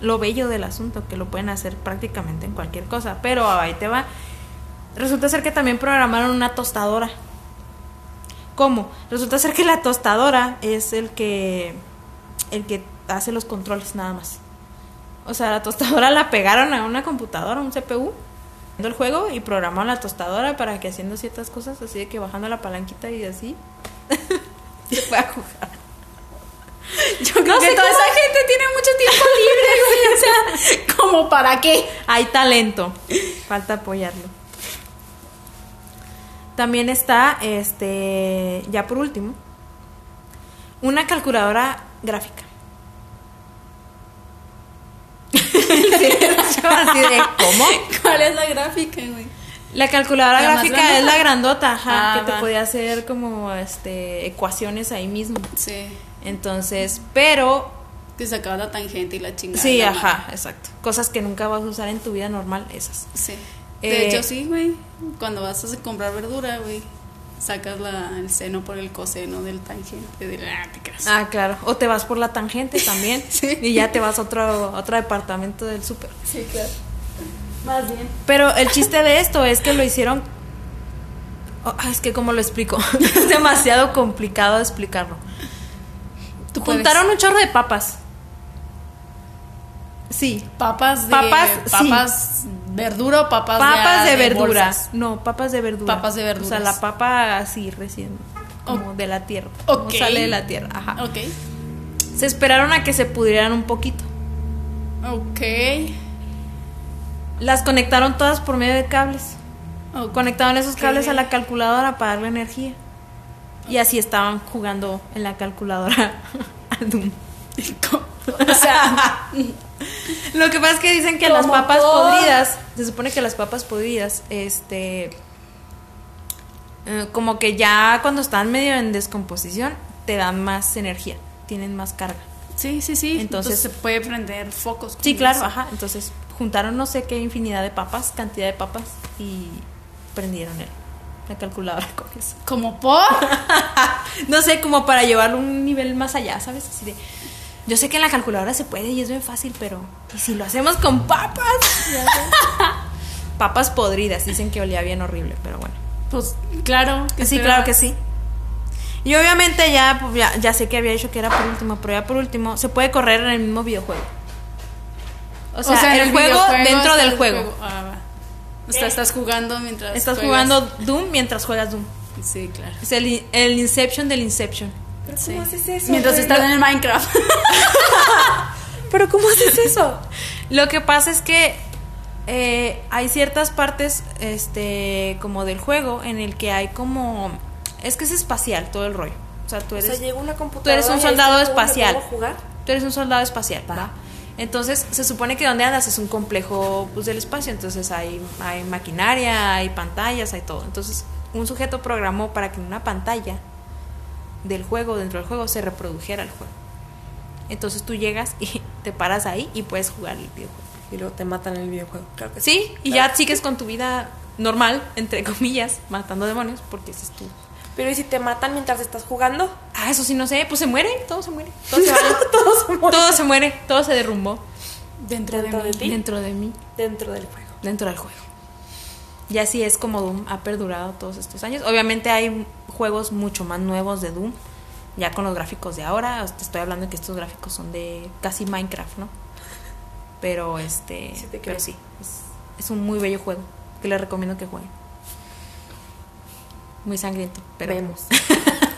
Speaker 2: lo bello del asunto, que lo pueden hacer prácticamente en cualquier cosa. Pero ahí te va. Resulta ser que también programaron una tostadora. ¿Cómo? Resulta ser que la tostadora es el que el que hace los controles nada más. O sea, la tostadora la pegaron a una computadora, a un CPU, haciendo el juego y programaron la tostadora para que haciendo ciertas cosas, así de que bajando la palanquita y así se pueda jugar.
Speaker 1: Yo creo que toda esa gente tiene mucho tiempo libre, güey. O sea, ¿como para qué?
Speaker 2: Hay talento, falta apoyarlo. También está, este, ya por último, una calculadora gráfica. Yo así de, ¿cómo?
Speaker 1: ¿Cuál es la gráfica, güey?
Speaker 2: La calculadora
Speaker 1: ¿La más
Speaker 2: gráfica
Speaker 1: grandota?
Speaker 2: es la grandota, ajá,
Speaker 1: Ah,
Speaker 2: que te
Speaker 1: va.
Speaker 2: podía hacer como este ecuaciones ahí mismo.
Speaker 1: Sí.
Speaker 2: Entonces, pero
Speaker 1: Que sacaba la tangente y la chingada.
Speaker 2: sí,
Speaker 1: la
Speaker 2: ajá,
Speaker 1: madre.
Speaker 2: exacto. Cosas que nunca vas a usar en tu vida normal, esas.
Speaker 1: Sí. De
Speaker 2: Eh,
Speaker 1: hecho, sí, güey. Cuando vas a comprar verdura, güey, sacas la, el seno por el coseno del tangente. De la, te creas.
Speaker 2: Ah, claro. O te vas por la tangente también
Speaker 1: Sí.
Speaker 2: y ya te vas a otro a otro departamento del súper.
Speaker 1: Sí, claro. Más bien.
Speaker 2: Pero el chiste de esto es que lo hicieron. Oh, ah, es que, ¿cómo lo explico? es demasiado complicado de explicarlo.
Speaker 1: Tú
Speaker 2: Juntaron un chorro de papas. Sí.
Speaker 1: Papas de.
Speaker 2: Papas, sí.
Speaker 1: papas verdura o papas,
Speaker 2: Papas de, verduras.
Speaker 1: verduras.
Speaker 2: No, papas de verduras.
Speaker 1: Papas de verduras.
Speaker 2: O sea, la papa así recién. Como de la tierra. Como
Speaker 1: Ok.
Speaker 2: sale de la tierra. Ajá.
Speaker 1: Ok.
Speaker 2: Se esperaron a que se pudrieran un poquito.
Speaker 1: Ok.
Speaker 2: Las conectaron todas por medio de cables.
Speaker 1: Ok.
Speaker 2: Conectaron esos cables
Speaker 1: Ok.
Speaker 2: a la calculadora para darle energía. Y así estaban jugando en la calculadora al Doom.
Speaker 1: O sea,
Speaker 2: Lo que pasa es que dicen que las
Speaker 3: Como
Speaker 2: papas
Speaker 3: por-
Speaker 2: podridas, se supone que las papas podridas, este, eh, como que ya cuando están medio en descomposición, te dan más energía, tienen más carga.
Speaker 1: sí, sí, sí.
Speaker 2: Entonces-
Speaker 1: Entonces, se puede prender focos. con
Speaker 2: Sí, claro,
Speaker 1: eso.
Speaker 2: ajá. Entonces juntaron no sé qué infinidad de papas, cantidad de papas, y prendieron el, la calculadora con eso.
Speaker 1: Como por.
Speaker 2: No sé, como para llevarlo a un nivel más allá, ¿sabes? Así de. Yo sé que en la calculadora se puede y es bien fácil, pero. ¿Y si lo hacemos con papas? Ya sé. papas podridas, dicen que olía bien horrible, pero bueno.
Speaker 1: Pues claro.
Speaker 2: sí,
Speaker 1: sea-
Speaker 2: claro que sí. Y obviamente ya, pues, ya, ya sé que había dicho que era por último, pero ya por último, se puede correr en el mismo videojuego. O sea,
Speaker 1: en
Speaker 2: el, juego
Speaker 1: videojuego
Speaker 2: dentro
Speaker 1: está
Speaker 2: del
Speaker 1: el
Speaker 2: juego. Eh,
Speaker 1: Ah, va. O sea, estás jugando mientras.
Speaker 2: Estás
Speaker 1: juegas.
Speaker 2: jugando Doom mientras juegas Doom.
Speaker 1: Sí, claro.
Speaker 2: Es el, el Inception del Inception.
Speaker 3: ¿Pero cómo haces eso?
Speaker 1: Mientras
Speaker 3: güey?
Speaker 1: estás en el Minecraft.
Speaker 3: ¿Pero cómo haces eso?
Speaker 2: Lo que pasa es que eh, hay ciertas partes, este, como del juego, en el que hay como, es que es espacial todo el rollo. O sea, tú
Speaker 3: O
Speaker 2: eres,
Speaker 3: sea, llega una computadora.
Speaker 2: tú eres un
Speaker 3: y ahí
Speaker 2: soldado
Speaker 3: está todo, ¿me
Speaker 2: espacial.
Speaker 3: puedo jugar?
Speaker 2: tú eres un soldado espacial, ¿va? Entonces se supone que donde andas es un complejo pues, del espacio, entonces hay, hay maquinaria, hay pantallas, hay todo. Entonces un sujeto programó para que en una pantalla del juego, dentro del juego, se reprodujera el juego. Entonces tú llegas y te paras ahí y puedes jugar el videojuego.
Speaker 3: Y luego te matan en el videojuego. Claro que sí.
Speaker 2: Sí, y ya sigues con tu vida normal, entre comillas, matando demonios, porque ese es tu.
Speaker 3: Pero ¿y si te matan mientras estás jugando?
Speaker 2: Ah, eso sí, no sé, pues se muere, todo se muere. Todo se, vale,
Speaker 3: Todos somos
Speaker 2: todo se muere, todo se derrumbó
Speaker 1: dentro de
Speaker 3: Dentro
Speaker 1: mí.
Speaker 3: de ti.
Speaker 2: dentro de mí,
Speaker 3: Dentro del juego.
Speaker 2: dentro del juego. Y así es como Doom ha perdurado todos estos años. Obviamente hay juegos mucho más nuevos de Doom, ya con los gráficos de ahora. Te estoy hablando que estos gráficos son de casi Minecraft, ¿no? Pero este.
Speaker 3: Sí te creo.
Speaker 2: pero sí, es, es un muy bello juego que les recomiendo que jueguen. Muy sangriento, pero.
Speaker 3: Vemos.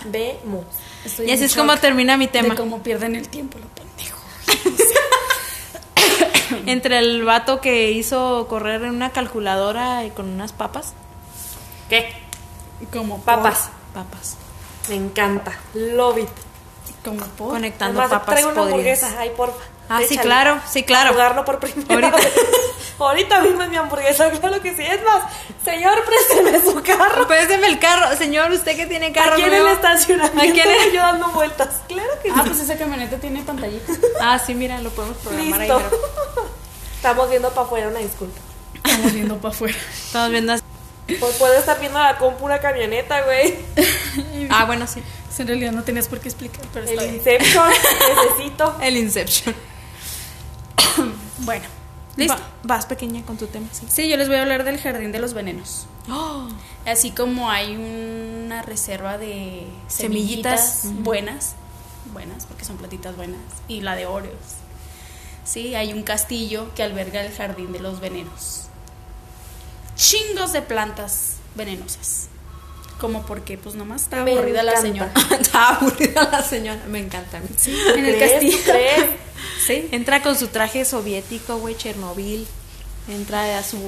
Speaker 3: Vemos.
Speaker 1: Estoy
Speaker 2: Y así
Speaker 1: en
Speaker 2: es como
Speaker 1: shock
Speaker 2: termina mi
Speaker 1: de
Speaker 2: tema.
Speaker 1: cómo pierden el tiempo los pendejos.
Speaker 2: Entre el vato que hizo correr en una calculadora y con unas papas.
Speaker 3: ¿Qué?
Speaker 1: Como por-
Speaker 3: Papas.
Speaker 2: Papas.
Speaker 3: Me encanta. Love it.
Speaker 1: Como por.
Speaker 2: Conectando
Speaker 3: Además,
Speaker 2: papas
Speaker 3: traigo una
Speaker 2: podridas.
Speaker 3: hamburguesa. Ay, porfa.
Speaker 2: Ah, sí,
Speaker 3: Échale.
Speaker 2: claro, sí, claro.
Speaker 3: Jugarlo por primera
Speaker 2: Ahorita.
Speaker 3: Ahorita. Ahorita mismo es mi hamburguesa. Claro que sí. Es más, señor, présteme su carro.
Speaker 2: Présteme el carro, señor, usted que tiene carro.
Speaker 3: Aquí en el
Speaker 2: nuevo?
Speaker 3: estacionamiento.
Speaker 2: Aquí en el-
Speaker 3: Yo dando vueltas. Claro que
Speaker 1: Ah,
Speaker 3: sí.
Speaker 1: pues esa camioneta tiene pantallitas.
Speaker 2: Ah, sí, mira, lo podemos programar
Speaker 3: Listo.
Speaker 2: ahí. pero
Speaker 3: Estamos viendo para afuera, una disculpa.
Speaker 1: Estamos viendo para afuera.
Speaker 2: Estamos viendo. así.
Speaker 3: Pues puedo estar viendo a la compu una camioneta, güey.
Speaker 2: Ah, bueno, sí.
Speaker 4: Pues en realidad no tenías por qué explicar, pero está
Speaker 3: El
Speaker 4: bien.
Speaker 3: Inception, necesito.
Speaker 2: El Inception.
Speaker 4: Bueno, listo.
Speaker 2: Va- vas pequeña con tu tema, sí.
Speaker 4: Sí, yo les voy a hablar del jardín de los venenos.
Speaker 2: ¡Oh!
Speaker 1: Así como hay una reserva de
Speaker 2: Semillitas.
Speaker 1: semillitas,
Speaker 2: Ujú.
Speaker 1: buenas, buenas porque son platitas buenas, y la de Oreos. Sí, hay un castillo que alberga el jardín de los venenos. Chingos de plantas venenosas. Como porque, pues nomás está
Speaker 3: Me
Speaker 1: aburrida la
Speaker 3: encanta.
Speaker 1: señora.
Speaker 2: Está aburrida la señora. Me encanta.
Speaker 4: En el
Speaker 3: ¿Crees?
Speaker 4: castillo.
Speaker 3: ¿Tú crees?
Speaker 2: Sí. Entra con su traje soviético, güey, Chernobyl. Entra a su.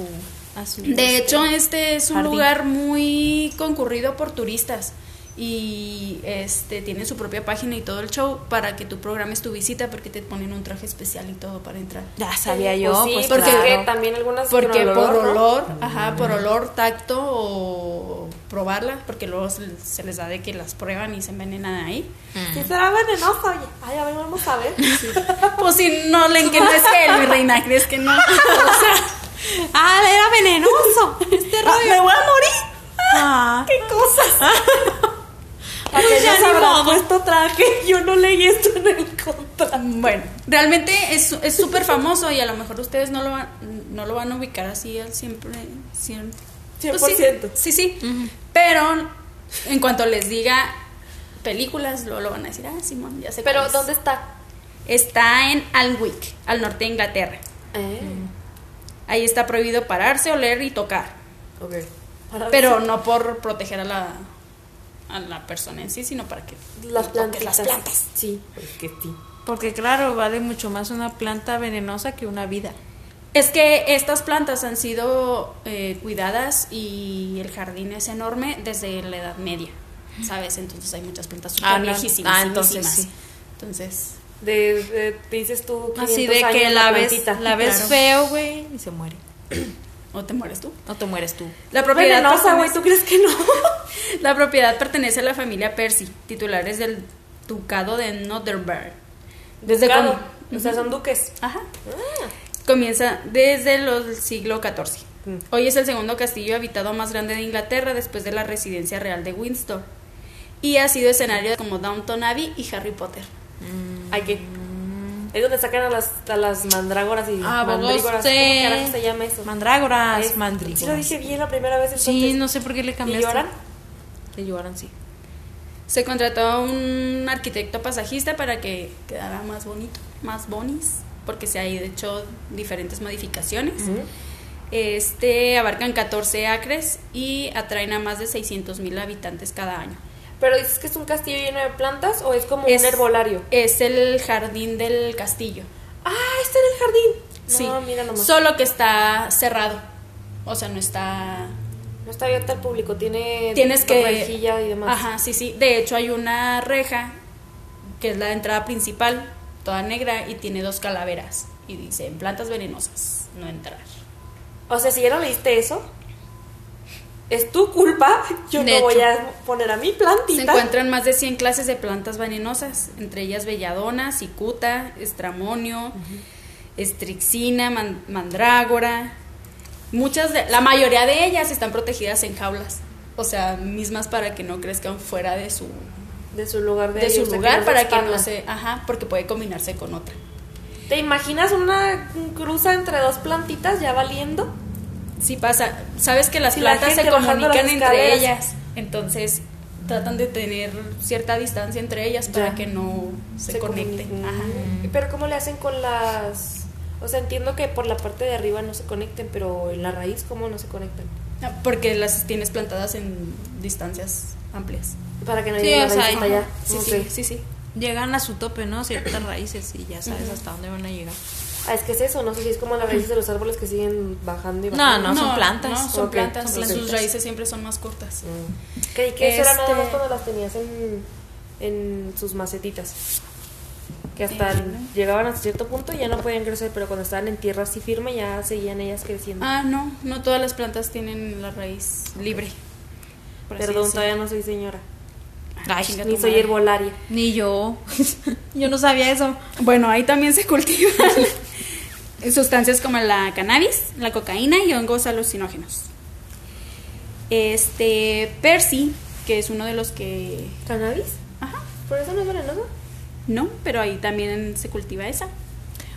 Speaker 2: A su
Speaker 1: De hecho, este es un
Speaker 2: jardín.
Speaker 1: lugar muy concurrido por turistas y este tiene su propia página y todo el show para que tú programes tu visita porque te ponen un traje especial y todo para entrar.
Speaker 2: Ya sabía yo.
Speaker 3: Pues sí,
Speaker 2: pues,
Speaker 3: porque
Speaker 2: claro.
Speaker 3: también algunas
Speaker 1: Porque
Speaker 3: con
Speaker 1: por
Speaker 3: ¿no?
Speaker 1: olor,
Speaker 2: Ah.
Speaker 1: ajá, por olor, tacto o probarla, porque luego se se les da de que las prueban y se envenenan ahí.
Speaker 2: Mm.
Speaker 3: Sí será venenosa, oye. Ay, a ver, vamos a ver.
Speaker 1: Pues si no le que no es él, mi reina, crees que no.
Speaker 2: ¡Ah, era venenoso! este rollo. ¡Me voy a morir! ¡Ah!
Speaker 3: ¿Qué cosas? ¿A
Speaker 2: Pues
Speaker 3: qué
Speaker 2: ya
Speaker 3: nos
Speaker 2: ni
Speaker 3: habrá
Speaker 2: modo.
Speaker 3: puesto traje? Yo no leí esto en el contrato.
Speaker 1: Bueno, realmente es es súper famoso y a lo mejor ustedes no lo van, no lo van a ubicar así al siempre, siempre.
Speaker 3: 100%.
Speaker 1: sí, sí, sí. Pero en cuanto les diga películas, luego lo van a decir, ah, Simón, ya sé. cuál
Speaker 3: Pero,
Speaker 1: es".
Speaker 3: ¿dónde está?
Speaker 1: Está en Alnwick, al norte de Inglaterra.
Speaker 3: Eh,
Speaker 1: Ahí está prohibido pararse, oler y tocar.
Speaker 3: ok. Para
Speaker 1: Pero no por proteger a la, a la persona en sí, sino para que
Speaker 3: las plantas.
Speaker 1: las plantas.
Speaker 3: Sí, es que sí.
Speaker 2: Porque, claro, vale mucho más una planta venenosa que una vida.
Speaker 1: Es que estas plantas han sido eh, cuidadas y el jardín es enorme desde la Edad Media, ¿sabes? Entonces hay muchas plantas súper
Speaker 2: Ah, no.
Speaker 1: viejísimas.
Speaker 2: Ah, entonces
Speaker 1: viejísimas.
Speaker 2: sí.
Speaker 1: Entonces,
Speaker 3: De, de- dices tú, 500
Speaker 2: Así de que
Speaker 3: años
Speaker 2: la ves,
Speaker 3: plantita.
Speaker 2: la ves
Speaker 1: Claro.
Speaker 2: feo, güey, y se muere.
Speaker 1: ¿o te mueres tú?
Speaker 2: No te mueres tú.
Speaker 1: La propiedad,
Speaker 3: Venenosa, güey,
Speaker 1: pertenece,
Speaker 3: ¿tú crees que no?
Speaker 1: la propiedad pertenece a la familia Percy, titulares del ducado de Northumberland. Desde
Speaker 3: Claro,
Speaker 1: cuando-
Speaker 3: o sea, son duques.
Speaker 1: Ajá. Comienza desde el siglo XIV.
Speaker 3: Mm.
Speaker 1: Hoy es el segundo castillo habitado más grande de Inglaterra después de la residencia real de Windsor. Y ha sido escenario como Downton Abbey y Harry Potter.
Speaker 2: Mm.
Speaker 3: Hay que. Es donde sacan a las, a las mandrágoras y
Speaker 2: Ah, vos
Speaker 3: mandrígoras.
Speaker 2: sé.
Speaker 3: ¿Cómo carajo se llama eso?
Speaker 2: Mandrágoras,
Speaker 3: Es-
Speaker 2: mandrígoras.
Speaker 3: Sí, lo dije bien la primera vez.
Speaker 2: Sí,
Speaker 3: entonces.
Speaker 2: no sé por qué le cambiaste.
Speaker 3: ¿Y lloran?
Speaker 2: Le lloran, sí.
Speaker 1: Se contrató a un arquitecto pasajista para que quedara más bonito, más bonis, porque se ha hecho diferentes modificaciones. Este abarcan 14 acres y atraen a más de 600 mil habitantes cada año.
Speaker 3: Pero dices que es un castillo lleno de plantas o es como
Speaker 1: Es-
Speaker 3: un herbolario.
Speaker 1: Es el jardín del castillo.
Speaker 3: Ah, está en el jardín.
Speaker 1: Sí,
Speaker 3: No, mira nomás.
Speaker 1: solo que está cerrado. O sea, no está...
Speaker 3: no está abierta al público, tiene
Speaker 1: Tienes que...
Speaker 3: rejilla y demás.
Speaker 1: Ajá, sí, sí. De hecho, hay una reja que es la entrada principal, toda negra, y tiene dos calaveras. Y dice, en plantas venenosas, no entrar.
Speaker 3: O sea, si ya no leíste eso, es tu culpa. Yo
Speaker 2: De
Speaker 3: no voy
Speaker 2: hecho.
Speaker 3: a poner a mi
Speaker 1: Se
Speaker 3: plantita.
Speaker 1: encuentran más de 100 clases de plantas venenosas, entre ellas belladona, cicuta, estramonio, estrixina, man- mandrágora. Muchas de, la mayoría de ellas están protegidas en jaulas, o sea, mismas para que no crezcan fuera de su
Speaker 3: de su lugar de,
Speaker 1: de
Speaker 3: ellos,
Speaker 1: su
Speaker 3: o sea,
Speaker 1: lugar
Speaker 3: los
Speaker 1: para que no
Speaker 3: expandan.
Speaker 1: se, ajá, porque puede combinarse con otra.
Speaker 3: ¿Te imaginas una cruza entre dos plantitas ya valiendo?
Speaker 1: Sí pasa, sabes que las
Speaker 3: Sí, la
Speaker 1: plantas se
Speaker 3: gente bajando
Speaker 1: comunican
Speaker 3: las
Speaker 1: entre
Speaker 3: escaleras.
Speaker 1: ellas, entonces tratan de tener cierta distancia entre ellas
Speaker 3: Ya.
Speaker 1: para que no se, conecten.
Speaker 3: comunican.
Speaker 1: Ajá.
Speaker 3: Pero ¿cómo le hacen con las...? O sea, entiendo que por la parte de arriba no se conecten, pero en la raíz, ¿cómo no se conectan?
Speaker 1: Ah, Porque las tienes plantadas en distancias amplias.
Speaker 3: Para que no
Speaker 2: Sí,
Speaker 3: llegue la
Speaker 2: o sea,
Speaker 3: raíz hasta
Speaker 2: ajá.
Speaker 3: allá.
Speaker 1: Sí,
Speaker 3: Ok.
Speaker 1: sí, sí, sí.
Speaker 2: Llegan a su tope, ¿no? Ciertas raíces y ya sabes hasta dónde van a llegar.
Speaker 3: Ah, es que es eso, no sé si es como las raíces de los árboles que siguen bajando y
Speaker 2: No,
Speaker 3: bajando.
Speaker 2: Ah, no, son plantas.
Speaker 1: No, son
Speaker 3: Ok,
Speaker 1: plantas.
Speaker 3: son
Speaker 1: Sus
Speaker 3: plantitas.
Speaker 1: raíces siempre son más cortas.
Speaker 3: Mm. Creí que eso era nada
Speaker 1: Este-
Speaker 3: más cuando las tenías en, en sus macetitas. Que hasta
Speaker 1: Eh, ¿no?
Speaker 3: llegaban a cierto punto y ya no podían crecer, pero cuando estaban en tierra así firme ya seguían ellas creciendo.
Speaker 1: Ah, no, no todas las plantas tienen la raíz libre. por así
Speaker 3: Perdón,
Speaker 1: decirlo.
Speaker 3: todavía no soy señora.
Speaker 1: Ah,
Speaker 2: Ay,
Speaker 1: chinga
Speaker 3: Ni
Speaker 1: tu
Speaker 3: soy
Speaker 1: madre.
Speaker 3: herbolaria.
Speaker 2: Ni yo. yo no sabía eso.
Speaker 1: Bueno, ahí también se cultivan sustancias como la cannabis, la cocaína y hongos alucinógenos. Este Percy, que es uno de los que
Speaker 3: ¿Cannabis? ¿Por eso no es venenoso?
Speaker 1: No, pero ahí también se cultiva esa.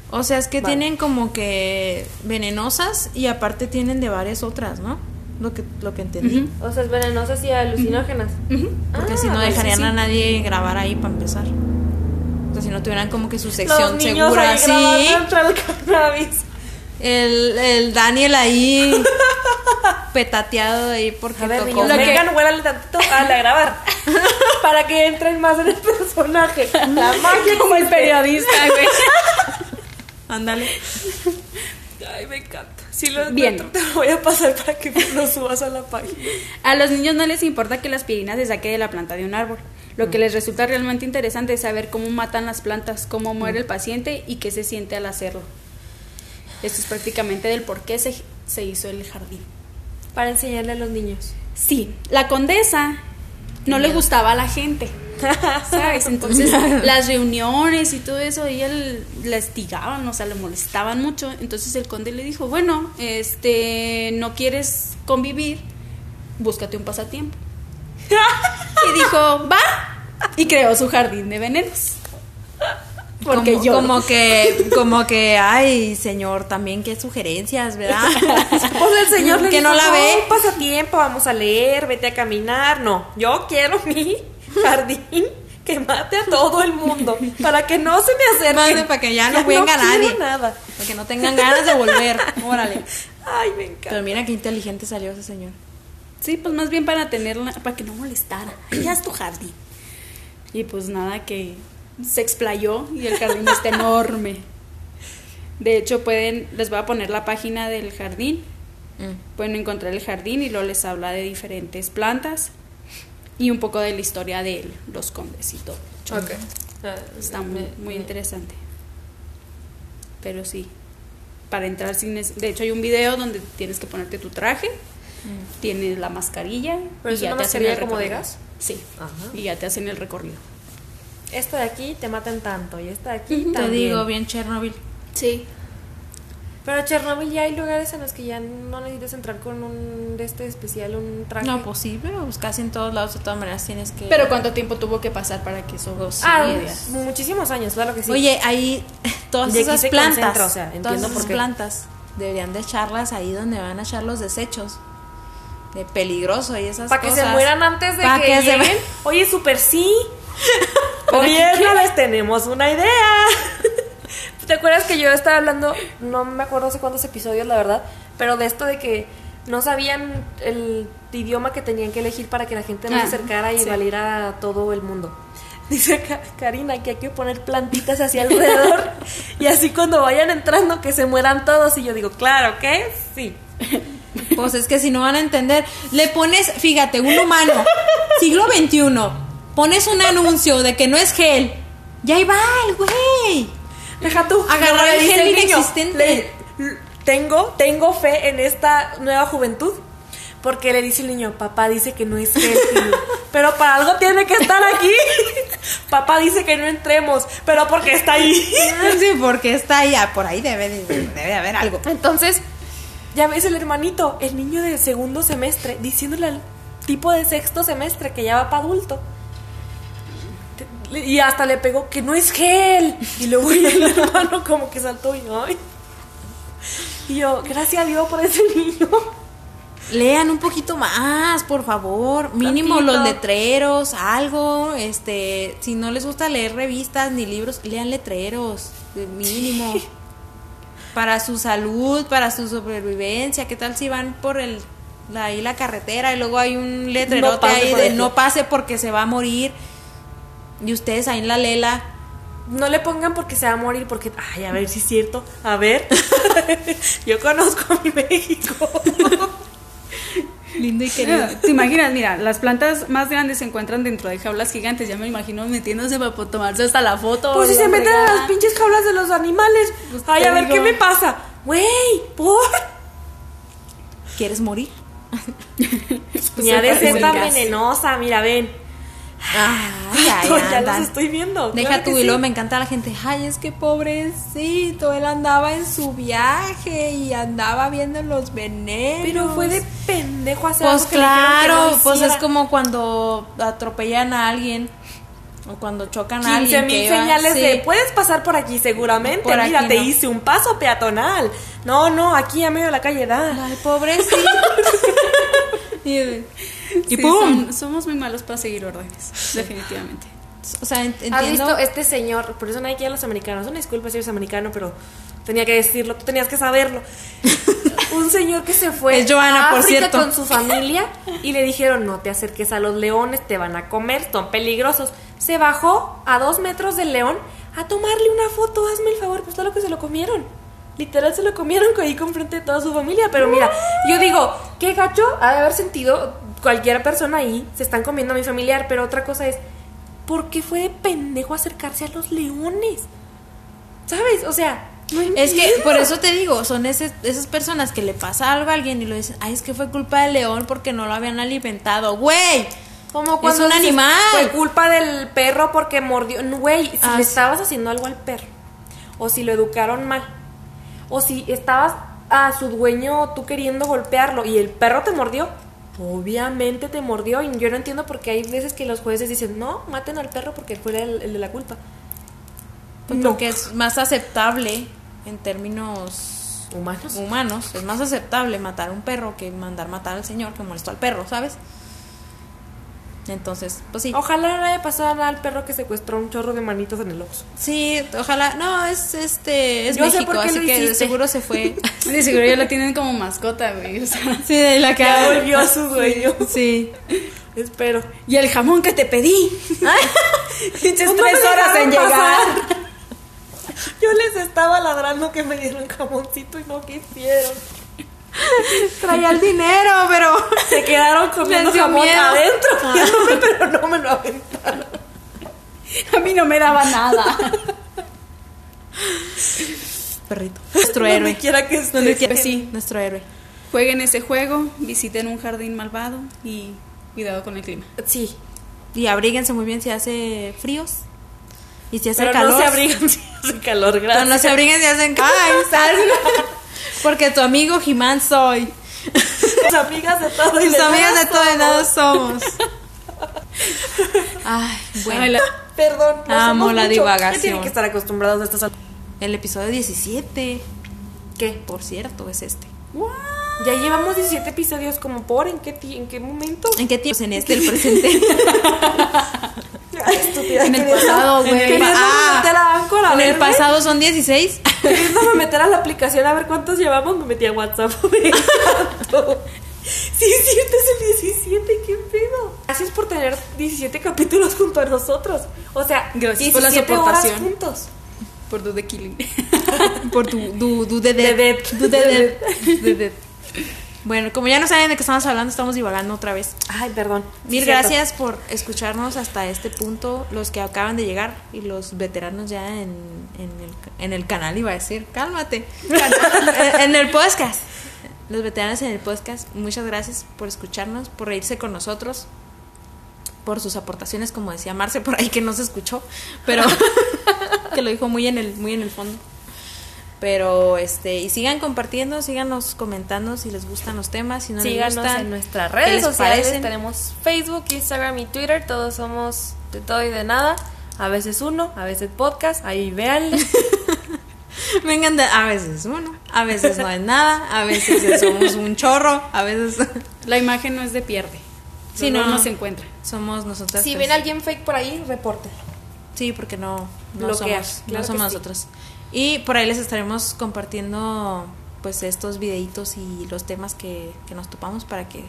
Speaker 2: O sea, es que
Speaker 3: Vale.
Speaker 2: tienen como que venenosas y aparte tienen de varias otras, ¿no? Lo que, lo que entendí.
Speaker 1: Ujú.
Speaker 3: O sea, es venenosas y alucinógenas.
Speaker 1: Ujú.
Speaker 2: Porque si
Speaker 3: Ah,
Speaker 2: no
Speaker 3: pues sí,
Speaker 2: dejarían
Speaker 3: sí.
Speaker 2: a nadie grabar ahí para empezar. O sea, si no tuvieran como que su sección
Speaker 3: Los niños
Speaker 2: segura
Speaker 3: ahí
Speaker 2: así.
Speaker 3: grabando contra el cannabis.
Speaker 2: El, el Daniel ahí petateado ahí porque
Speaker 3: A ver,
Speaker 2: tocó.
Speaker 3: niños,
Speaker 1: Lo que-
Speaker 3: vengan, huélale tantito a la grabar. para que entren más en el personaje. La magia
Speaker 1: Como el periodista, güey.
Speaker 2: Ándale.
Speaker 3: Ay, me encanta. Si lo
Speaker 1: Bien.
Speaker 3: encuentro, te lo voy a pasar para que lo subas a la página.
Speaker 1: A los niños no les importa que la aspirina se saque de la planta de un árbol. Lo que les resulta realmente interesante es saber cómo matan las plantas, cómo muere el paciente y qué se siente al hacerlo. Esto es prácticamente del por qué se, se hizo el jardín.
Speaker 3: Para enseñarle a los niños.
Speaker 1: Sí, la condesa no le gustaba a la gente. ¿Sabes? Entonces, las reuniones y todo eso, ella l- la estigaban, o sea, le molestaban mucho. Entonces, el conde le dijo: Bueno, este, no quieres convivir, búscate un pasatiempo. y dijo: Va. Y creó su jardín de venenos. Porque
Speaker 2: como,
Speaker 1: yo.
Speaker 2: como que, como que, ay, señor, también qué sugerencias, ¿verdad?
Speaker 3: Pues el señor le
Speaker 2: que
Speaker 3: dijo,
Speaker 2: no la ve.
Speaker 3: "No, pasatiempo, vamos a leer, vete a caminar. No, yo quiero mi jardín que mate a todo el mundo para que no se me
Speaker 2: Madre,
Speaker 3: acerque.
Speaker 2: para que ya no venga
Speaker 3: quiero
Speaker 2: nadie.
Speaker 3: nada.
Speaker 2: Para que no tengan ganas de volver. Órale.
Speaker 3: Ay, me encanta.
Speaker 2: Pero mira qué inteligente salió ese señor.
Speaker 1: Sí, pues más bien para tenerla, para que no molestara. Ya es tu jardín. Y pues nada, que se explayó y el jardín está enorme. De hecho, pueden, les voy a poner la página del jardín.
Speaker 2: Mm.
Speaker 1: Pueden encontrar el jardín y luego les habla de diferentes plantas y un poco de la historia de él, los condes y todo.
Speaker 3: Ok.
Speaker 1: Está muy, muy interesante. Pero sí, para entrar sin... es- De hecho, hay un video donde tienes que ponerte tu traje, tienes la mascarilla.
Speaker 3: Mm. ¿Pero es una
Speaker 1: hacen
Speaker 3: mascarilla
Speaker 1: el
Speaker 3: como de
Speaker 1: recorrido.
Speaker 3: gas?
Speaker 1: Sí.
Speaker 3: Ajá.
Speaker 1: Y ya te hacen el recorrido.
Speaker 3: Esta de aquí te matan tanto y esta de aquí
Speaker 1: Ujú. Te
Speaker 2: Te
Speaker 3: también.
Speaker 2: digo, bien Chernobyl.
Speaker 1: Sí.
Speaker 3: Pero Chernobyl ya hay lugares en los que ya no necesitas entrar con un de este especial, un traje.
Speaker 2: No, pues sí, pero pues casi en todos lados de todas maneras tienes que...
Speaker 1: Pero ¿cuánto tiempo tuvo que pasar para que eso
Speaker 2: Dos
Speaker 3: Ah,
Speaker 2: días.
Speaker 3: muchísimos años, claro que sí.
Speaker 2: Oye, ahí todas
Speaker 3: Y aquí
Speaker 2: esas
Speaker 3: se
Speaker 2: plantas,
Speaker 3: concentra, o sea, entiendo
Speaker 2: todas esas
Speaker 3: por qué.
Speaker 2: plantas deberían de echarlas ahí donde van a echar los desechos. De peligroso y esas
Speaker 3: Para que
Speaker 2: cosas.
Speaker 3: se mueran antes de
Speaker 2: Pa'
Speaker 3: que,
Speaker 2: que se
Speaker 3: lleguen.
Speaker 2: mu-
Speaker 3: Oye, super sí.
Speaker 2: ¿Para qué
Speaker 3: Oye,
Speaker 2: quieres?
Speaker 3: les tenemos una idea. ¿Te acuerdas que yo estaba hablando, no me acuerdo hace cuántos episodios, la verdad, pero de esto de que no sabían el idioma que tenían que elegir para que la gente no
Speaker 1: Ah,
Speaker 3: se acercara y
Speaker 1: sí.
Speaker 3: valiera a todo el mundo? Dice Ka- Karina que hay que poner plantitas hacia alrededor y así cuando vayan entrando que se mueran todos. Y yo digo, claro que sí.
Speaker 2: Pues es que si no van a entender, le pones, fíjate, un humano, siglo XXI, pones un anuncio de que no es gel. Y ahí va el güey.
Speaker 3: Deja tú.
Speaker 2: Agarrar
Speaker 3: No,
Speaker 2: el
Speaker 3: dice
Speaker 2: gen
Speaker 3: niño,
Speaker 2: inexistente.
Speaker 3: le- l- tengo, tengo fe en esta nueva juventud. Porque le dice el niño, papá dice que no es gel, Julio, pero para algo tiene que estar aquí. papá dice que no entremos, pero porque está ahí.
Speaker 2: Sí, porque está allá, por ahí debe de, debe de haber algo.
Speaker 3: Entonces, ya ves el hermanito, el niño de segundo semestre, diciéndole al tipo de sexto semestre que ya va para adulto. Te- Y hasta le pegó que no es gel. Y luego ya el hermano como que saltó y ay. Y yo, gracias a Dios por ese niño.
Speaker 2: Lean un poquito más, por favor. Mínimo
Speaker 3: Tantito.
Speaker 2: los letreros, algo. Este, si no les gusta leer revistas ni libros, lean letreros, de mínimo. para su salud, para su sobrevivencia. ¿Qué tal si van por el la- ahí la carretera y luego hay un letrerote
Speaker 3: pase
Speaker 2: ahí
Speaker 3: por
Speaker 2: de
Speaker 3: aquí.
Speaker 2: no pase porque se va a morir? Y ustedes ahí en la lela.
Speaker 3: No le pongan porque se va a morir, porque, ay, a ver si es cierto. A ver. yo conozco a mi México.
Speaker 2: Lindo y
Speaker 1: Ah, ¿Te imaginas? Mira, las plantas más grandes se encuentran dentro de jaulas gigantes. Ya me imagino metiéndose para po- tomarse hasta la foto.
Speaker 3: Pues si
Speaker 1: la
Speaker 3: se meten a
Speaker 1: fregada.
Speaker 3: las pinches jaulas de los animales.
Speaker 1: Pues
Speaker 3: Ay,
Speaker 1: te
Speaker 3: a ver
Speaker 1: digo.
Speaker 3: qué me pasa. Güey, por.
Speaker 2: ¿Quieres morir? Pues
Speaker 3: Mira, de
Speaker 1: Pues, parece
Speaker 3: cepa
Speaker 1: un gas.
Speaker 3: venenosa, mira, ven.
Speaker 2: Ay, ay,
Speaker 3: Ay, ya
Speaker 2: andan.
Speaker 3: los estoy viendo.
Speaker 2: Ah, Deja
Speaker 3: claro que
Speaker 2: tu y
Speaker 3: sí.
Speaker 2: luego me encanta la gente. Ay, es que pobrecito, él andaba en su viaje y andaba viendo los venenos.
Speaker 3: Pero fue de pendejo hacer
Speaker 2: Pues
Speaker 3: algo que le dijeron que
Speaker 2: claro,
Speaker 3: no
Speaker 2: pues es
Speaker 3: hiciera.
Speaker 2: como cuando atropellan a alguien. O cuando chocan a
Speaker 3: 15
Speaker 2: alguien.
Speaker 3: mil
Speaker 2: que va-
Speaker 3: señales
Speaker 2: sí.
Speaker 3: de puedes pasar por aquí seguramente.
Speaker 2: Por
Speaker 3: Mira,
Speaker 2: aquí
Speaker 3: te
Speaker 2: no.
Speaker 3: hice un paso peatonal. No, no, aquí a medio de la calle da.
Speaker 2: Ay, pobrecito. y, de-
Speaker 1: Y
Speaker 2: pum.
Speaker 1: somos muy malos para seguir órdenes, definitivamente.
Speaker 2: o sea, ent-
Speaker 3: ¿Has
Speaker 2: entiendo.
Speaker 3: visto este señor? Por eso nadie quiere a los americanos. Una disculpa si eres americano, pero tenía que decirlo. Tú tenías que saberlo. Un señor que se fue
Speaker 2: Es Joana,
Speaker 3: a
Speaker 2: por
Speaker 3: África
Speaker 2: cierto.
Speaker 3: con su familia y le dijeron, no te acerques a los leones, te van a comer, son peligrosos. Se bajó a dos metros del león a tomarle una foto, hazme el favor, pues todo lo que se lo comieron. Literal se lo comieron ahí con frente de toda su familia, pero mira, yo digo, qué gacho ha de haber sentido cualquier persona ahí, se están comiendo a mi familiar, pero otra cosa es, ¿por qué fue de pendejo acercarse a los leones? ¿Sabes? O sea, no
Speaker 2: Es que
Speaker 3: entiendo.
Speaker 2: por eso te digo, son ese- esas personas que le pasa algo a alguien y lo dicen, ay, es que fue culpa del león porque no lo habían alimentado. ¡Güey!
Speaker 3: Como cuando
Speaker 2: un
Speaker 3: dices,
Speaker 2: animal.
Speaker 3: Fue culpa del perro porque mordió. No, Güey, si
Speaker 2: Ah,
Speaker 3: le
Speaker 2: sí.
Speaker 3: estabas haciendo algo al perro, o si lo educaron mal, o si estabas a su dueño tú queriendo golpearlo y el perro te mordió, obviamente te mordió. Y yo no entiendo por qué hay veces que los jueces dicen, no, maten al perro porque fue el, el de la culpa.
Speaker 2: Pues
Speaker 3: No.
Speaker 2: Porque es más aceptable en términos
Speaker 3: Humanos.
Speaker 2: humanos, es más aceptable matar a un perro que mandar matar al señor que molestó al perro, ¿sabes? Entonces, pues sí.
Speaker 3: Ojalá no haya pasado nada al perro que secuestró un chorro de manitos en el ojo.
Speaker 2: Sí, ojalá. No, es este. Es
Speaker 3: Yo sé
Speaker 2: México,
Speaker 3: por qué
Speaker 2: así
Speaker 3: lo
Speaker 2: que de
Speaker 3: hiciste.
Speaker 2: seguro se fue.
Speaker 1: De seguro ya la tienen como mascota, güey. o sea.
Speaker 2: sí, de la
Speaker 3: Ya
Speaker 2: cara.
Speaker 3: volvió a su dueño.
Speaker 2: Sí.
Speaker 3: Espero.
Speaker 1: Y el jamón que te pedí.
Speaker 3: No
Speaker 1: Pinches
Speaker 3: me
Speaker 1: tres horas en llegar.
Speaker 3: dejaron pasar. Yo les estaba ladrando que me dieron jamoncito y no quisieron.
Speaker 2: Traía el dinero, pero.
Speaker 3: Se quedaron comiendo
Speaker 2: Les dio
Speaker 3: jamón
Speaker 2: miedo. Ah.
Speaker 3: adentro, viéndome, pero no me lo aventaron.
Speaker 1: A mí no me daba nada.
Speaker 2: Perrito. Nuestro héroe.
Speaker 3: Donde quiera que
Speaker 2: Donde
Speaker 3: esté.
Speaker 2: quiera-
Speaker 1: Pues sí.
Speaker 2: Nuestro héroe.
Speaker 1: Jueguen ese juego, visiten un jardín malvado y cuidado con el clima.
Speaker 3: Sí.
Speaker 2: Y abríguense muy bien si hace fríos. Y si hace
Speaker 3: Pero
Speaker 2: calor.
Speaker 3: no se abrigan si hace calor,
Speaker 2: No,
Speaker 3: gracias.
Speaker 2: no se abriguen y hacen ¡Ay, sal! Porque tu amigo Jimán soy.
Speaker 3: Tus amigas de todo y
Speaker 2: Tus
Speaker 3: de
Speaker 2: amigas
Speaker 3: nada
Speaker 2: de todo y nada
Speaker 3: somos.
Speaker 2: somos. Ay, bueno.
Speaker 1: Ay, la-
Speaker 3: Perdón. no
Speaker 2: Amo
Speaker 3: somos
Speaker 2: la
Speaker 3: mucho.
Speaker 2: divagación.
Speaker 3: Ya tienen que estar acostumbrados a estas. al-
Speaker 2: El episodio 17,
Speaker 3: ¿Qué?
Speaker 2: por cierto, es este.
Speaker 3: Ya llevamos 17 episodios como por. ¿En qué, ti- en qué momento?
Speaker 2: ¿En qué tiempo? En este, el presente.
Speaker 3: Ay, estúpida,
Speaker 1: En el
Speaker 3: queriendo-
Speaker 1: pasado, güey.
Speaker 3: Queriéndome
Speaker 2: Ah,
Speaker 3: meter a Anchor a
Speaker 2: En el
Speaker 3: verme.
Speaker 2: pasado son 16.
Speaker 3: Queriéndome meter a la aplicación a ver cuántos llevamos, me metí a WhatsApp. Me encantó. Sí, es cierto, es el 17, qué pedo. Gracias por tener 17 capítulos junto a nosotros. O sea,
Speaker 1: Gracias por la
Speaker 3: 17 horas
Speaker 1: soportación.
Speaker 3: juntos.
Speaker 1: Por do the killing.
Speaker 2: Por tu, du, du de
Speaker 3: De
Speaker 2: de.
Speaker 3: det.
Speaker 2: Du de det. Du de det. Bueno, como ya no saben de qué estamos hablando, estamos divagando otra vez.
Speaker 3: Ay, perdón.
Speaker 2: Mil
Speaker 3: Sí,
Speaker 2: gracias por escucharnos hasta este punto, los que acaban de llegar y los veteranos ya en, en el, en el canal, iba a decir, cálmate, en, en el podcast. Los veteranos en el podcast, muchas gracias por escucharnos, por reírse con nosotros, por sus aportaciones, como decía Marce por ahí que no se escuchó, pero que lo dijo muy en el, muy en el fondo. Pero este, y sigan compartiendo, síganos comentando si les gustan los temas, si no les
Speaker 3: Síganos
Speaker 2: gustan.
Speaker 3: en nuestras
Speaker 2: qué
Speaker 3: redes
Speaker 2: les
Speaker 3: sociales.
Speaker 2: parecen.
Speaker 3: Tenemos Facebook, Instagram y Twitter. Todos somos de todo y de nada. A veces uno, a veces podcast. Ahí véanle.
Speaker 2: Me encanta, a veces uno, a veces no es nada, a veces somos un chorro, a veces
Speaker 1: La imagen no es de pierde.
Speaker 2: Sí,
Speaker 1: Si no,
Speaker 2: no.
Speaker 1: no se encuentra.
Speaker 2: somos nosotras.
Speaker 3: Si
Speaker 2: pues.
Speaker 3: ven a alguien fake por ahí, repórtenlo.
Speaker 2: Sí, porque no, no
Speaker 3: Bloquear,
Speaker 2: somos, no
Speaker 3: claro que
Speaker 2: somos
Speaker 3: sí.
Speaker 2: nosotros. Y por ahí les estaremos compartiendo pues estos videitos y los temas que, que nos topamos para que...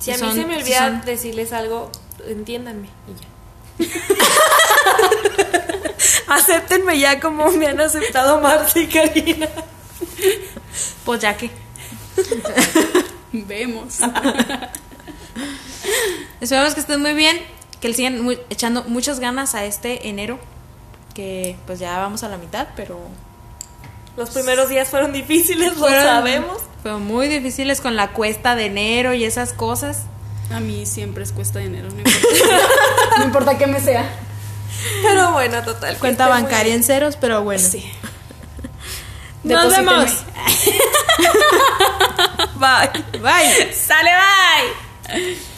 Speaker 3: Si a mí
Speaker 2: son-
Speaker 3: se me
Speaker 2: si
Speaker 3: olvida
Speaker 2: son-
Speaker 3: decirles algo, entiéndanme y ya. Acéptenme ya como me han aceptado Marta y Karina.
Speaker 2: pues ya que...
Speaker 1: Vemos.
Speaker 2: Esperamos que estén muy bien, que le sigan mu- echando muchas ganas a este enero, que pues ya vamos a la mitad, pero
Speaker 3: Los primeros días fueron difíciles, lo
Speaker 2: Fueron-
Speaker 3: sabemos.
Speaker 2: Fueron muy difíciles con la cuesta de enero y esas cosas.
Speaker 1: A mí siempre es cuesta de enero. No importa, no importa qué me sea.
Speaker 3: Pero bueno, total. que
Speaker 2: Cuenta
Speaker 3: estén muy
Speaker 2: bancaria en ceros, pero bueno.
Speaker 1: Sí.
Speaker 2: Nos
Speaker 1: Deposítenme.
Speaker 2: vemos. Bye. Bye.
Speaker 1: Sale, bye.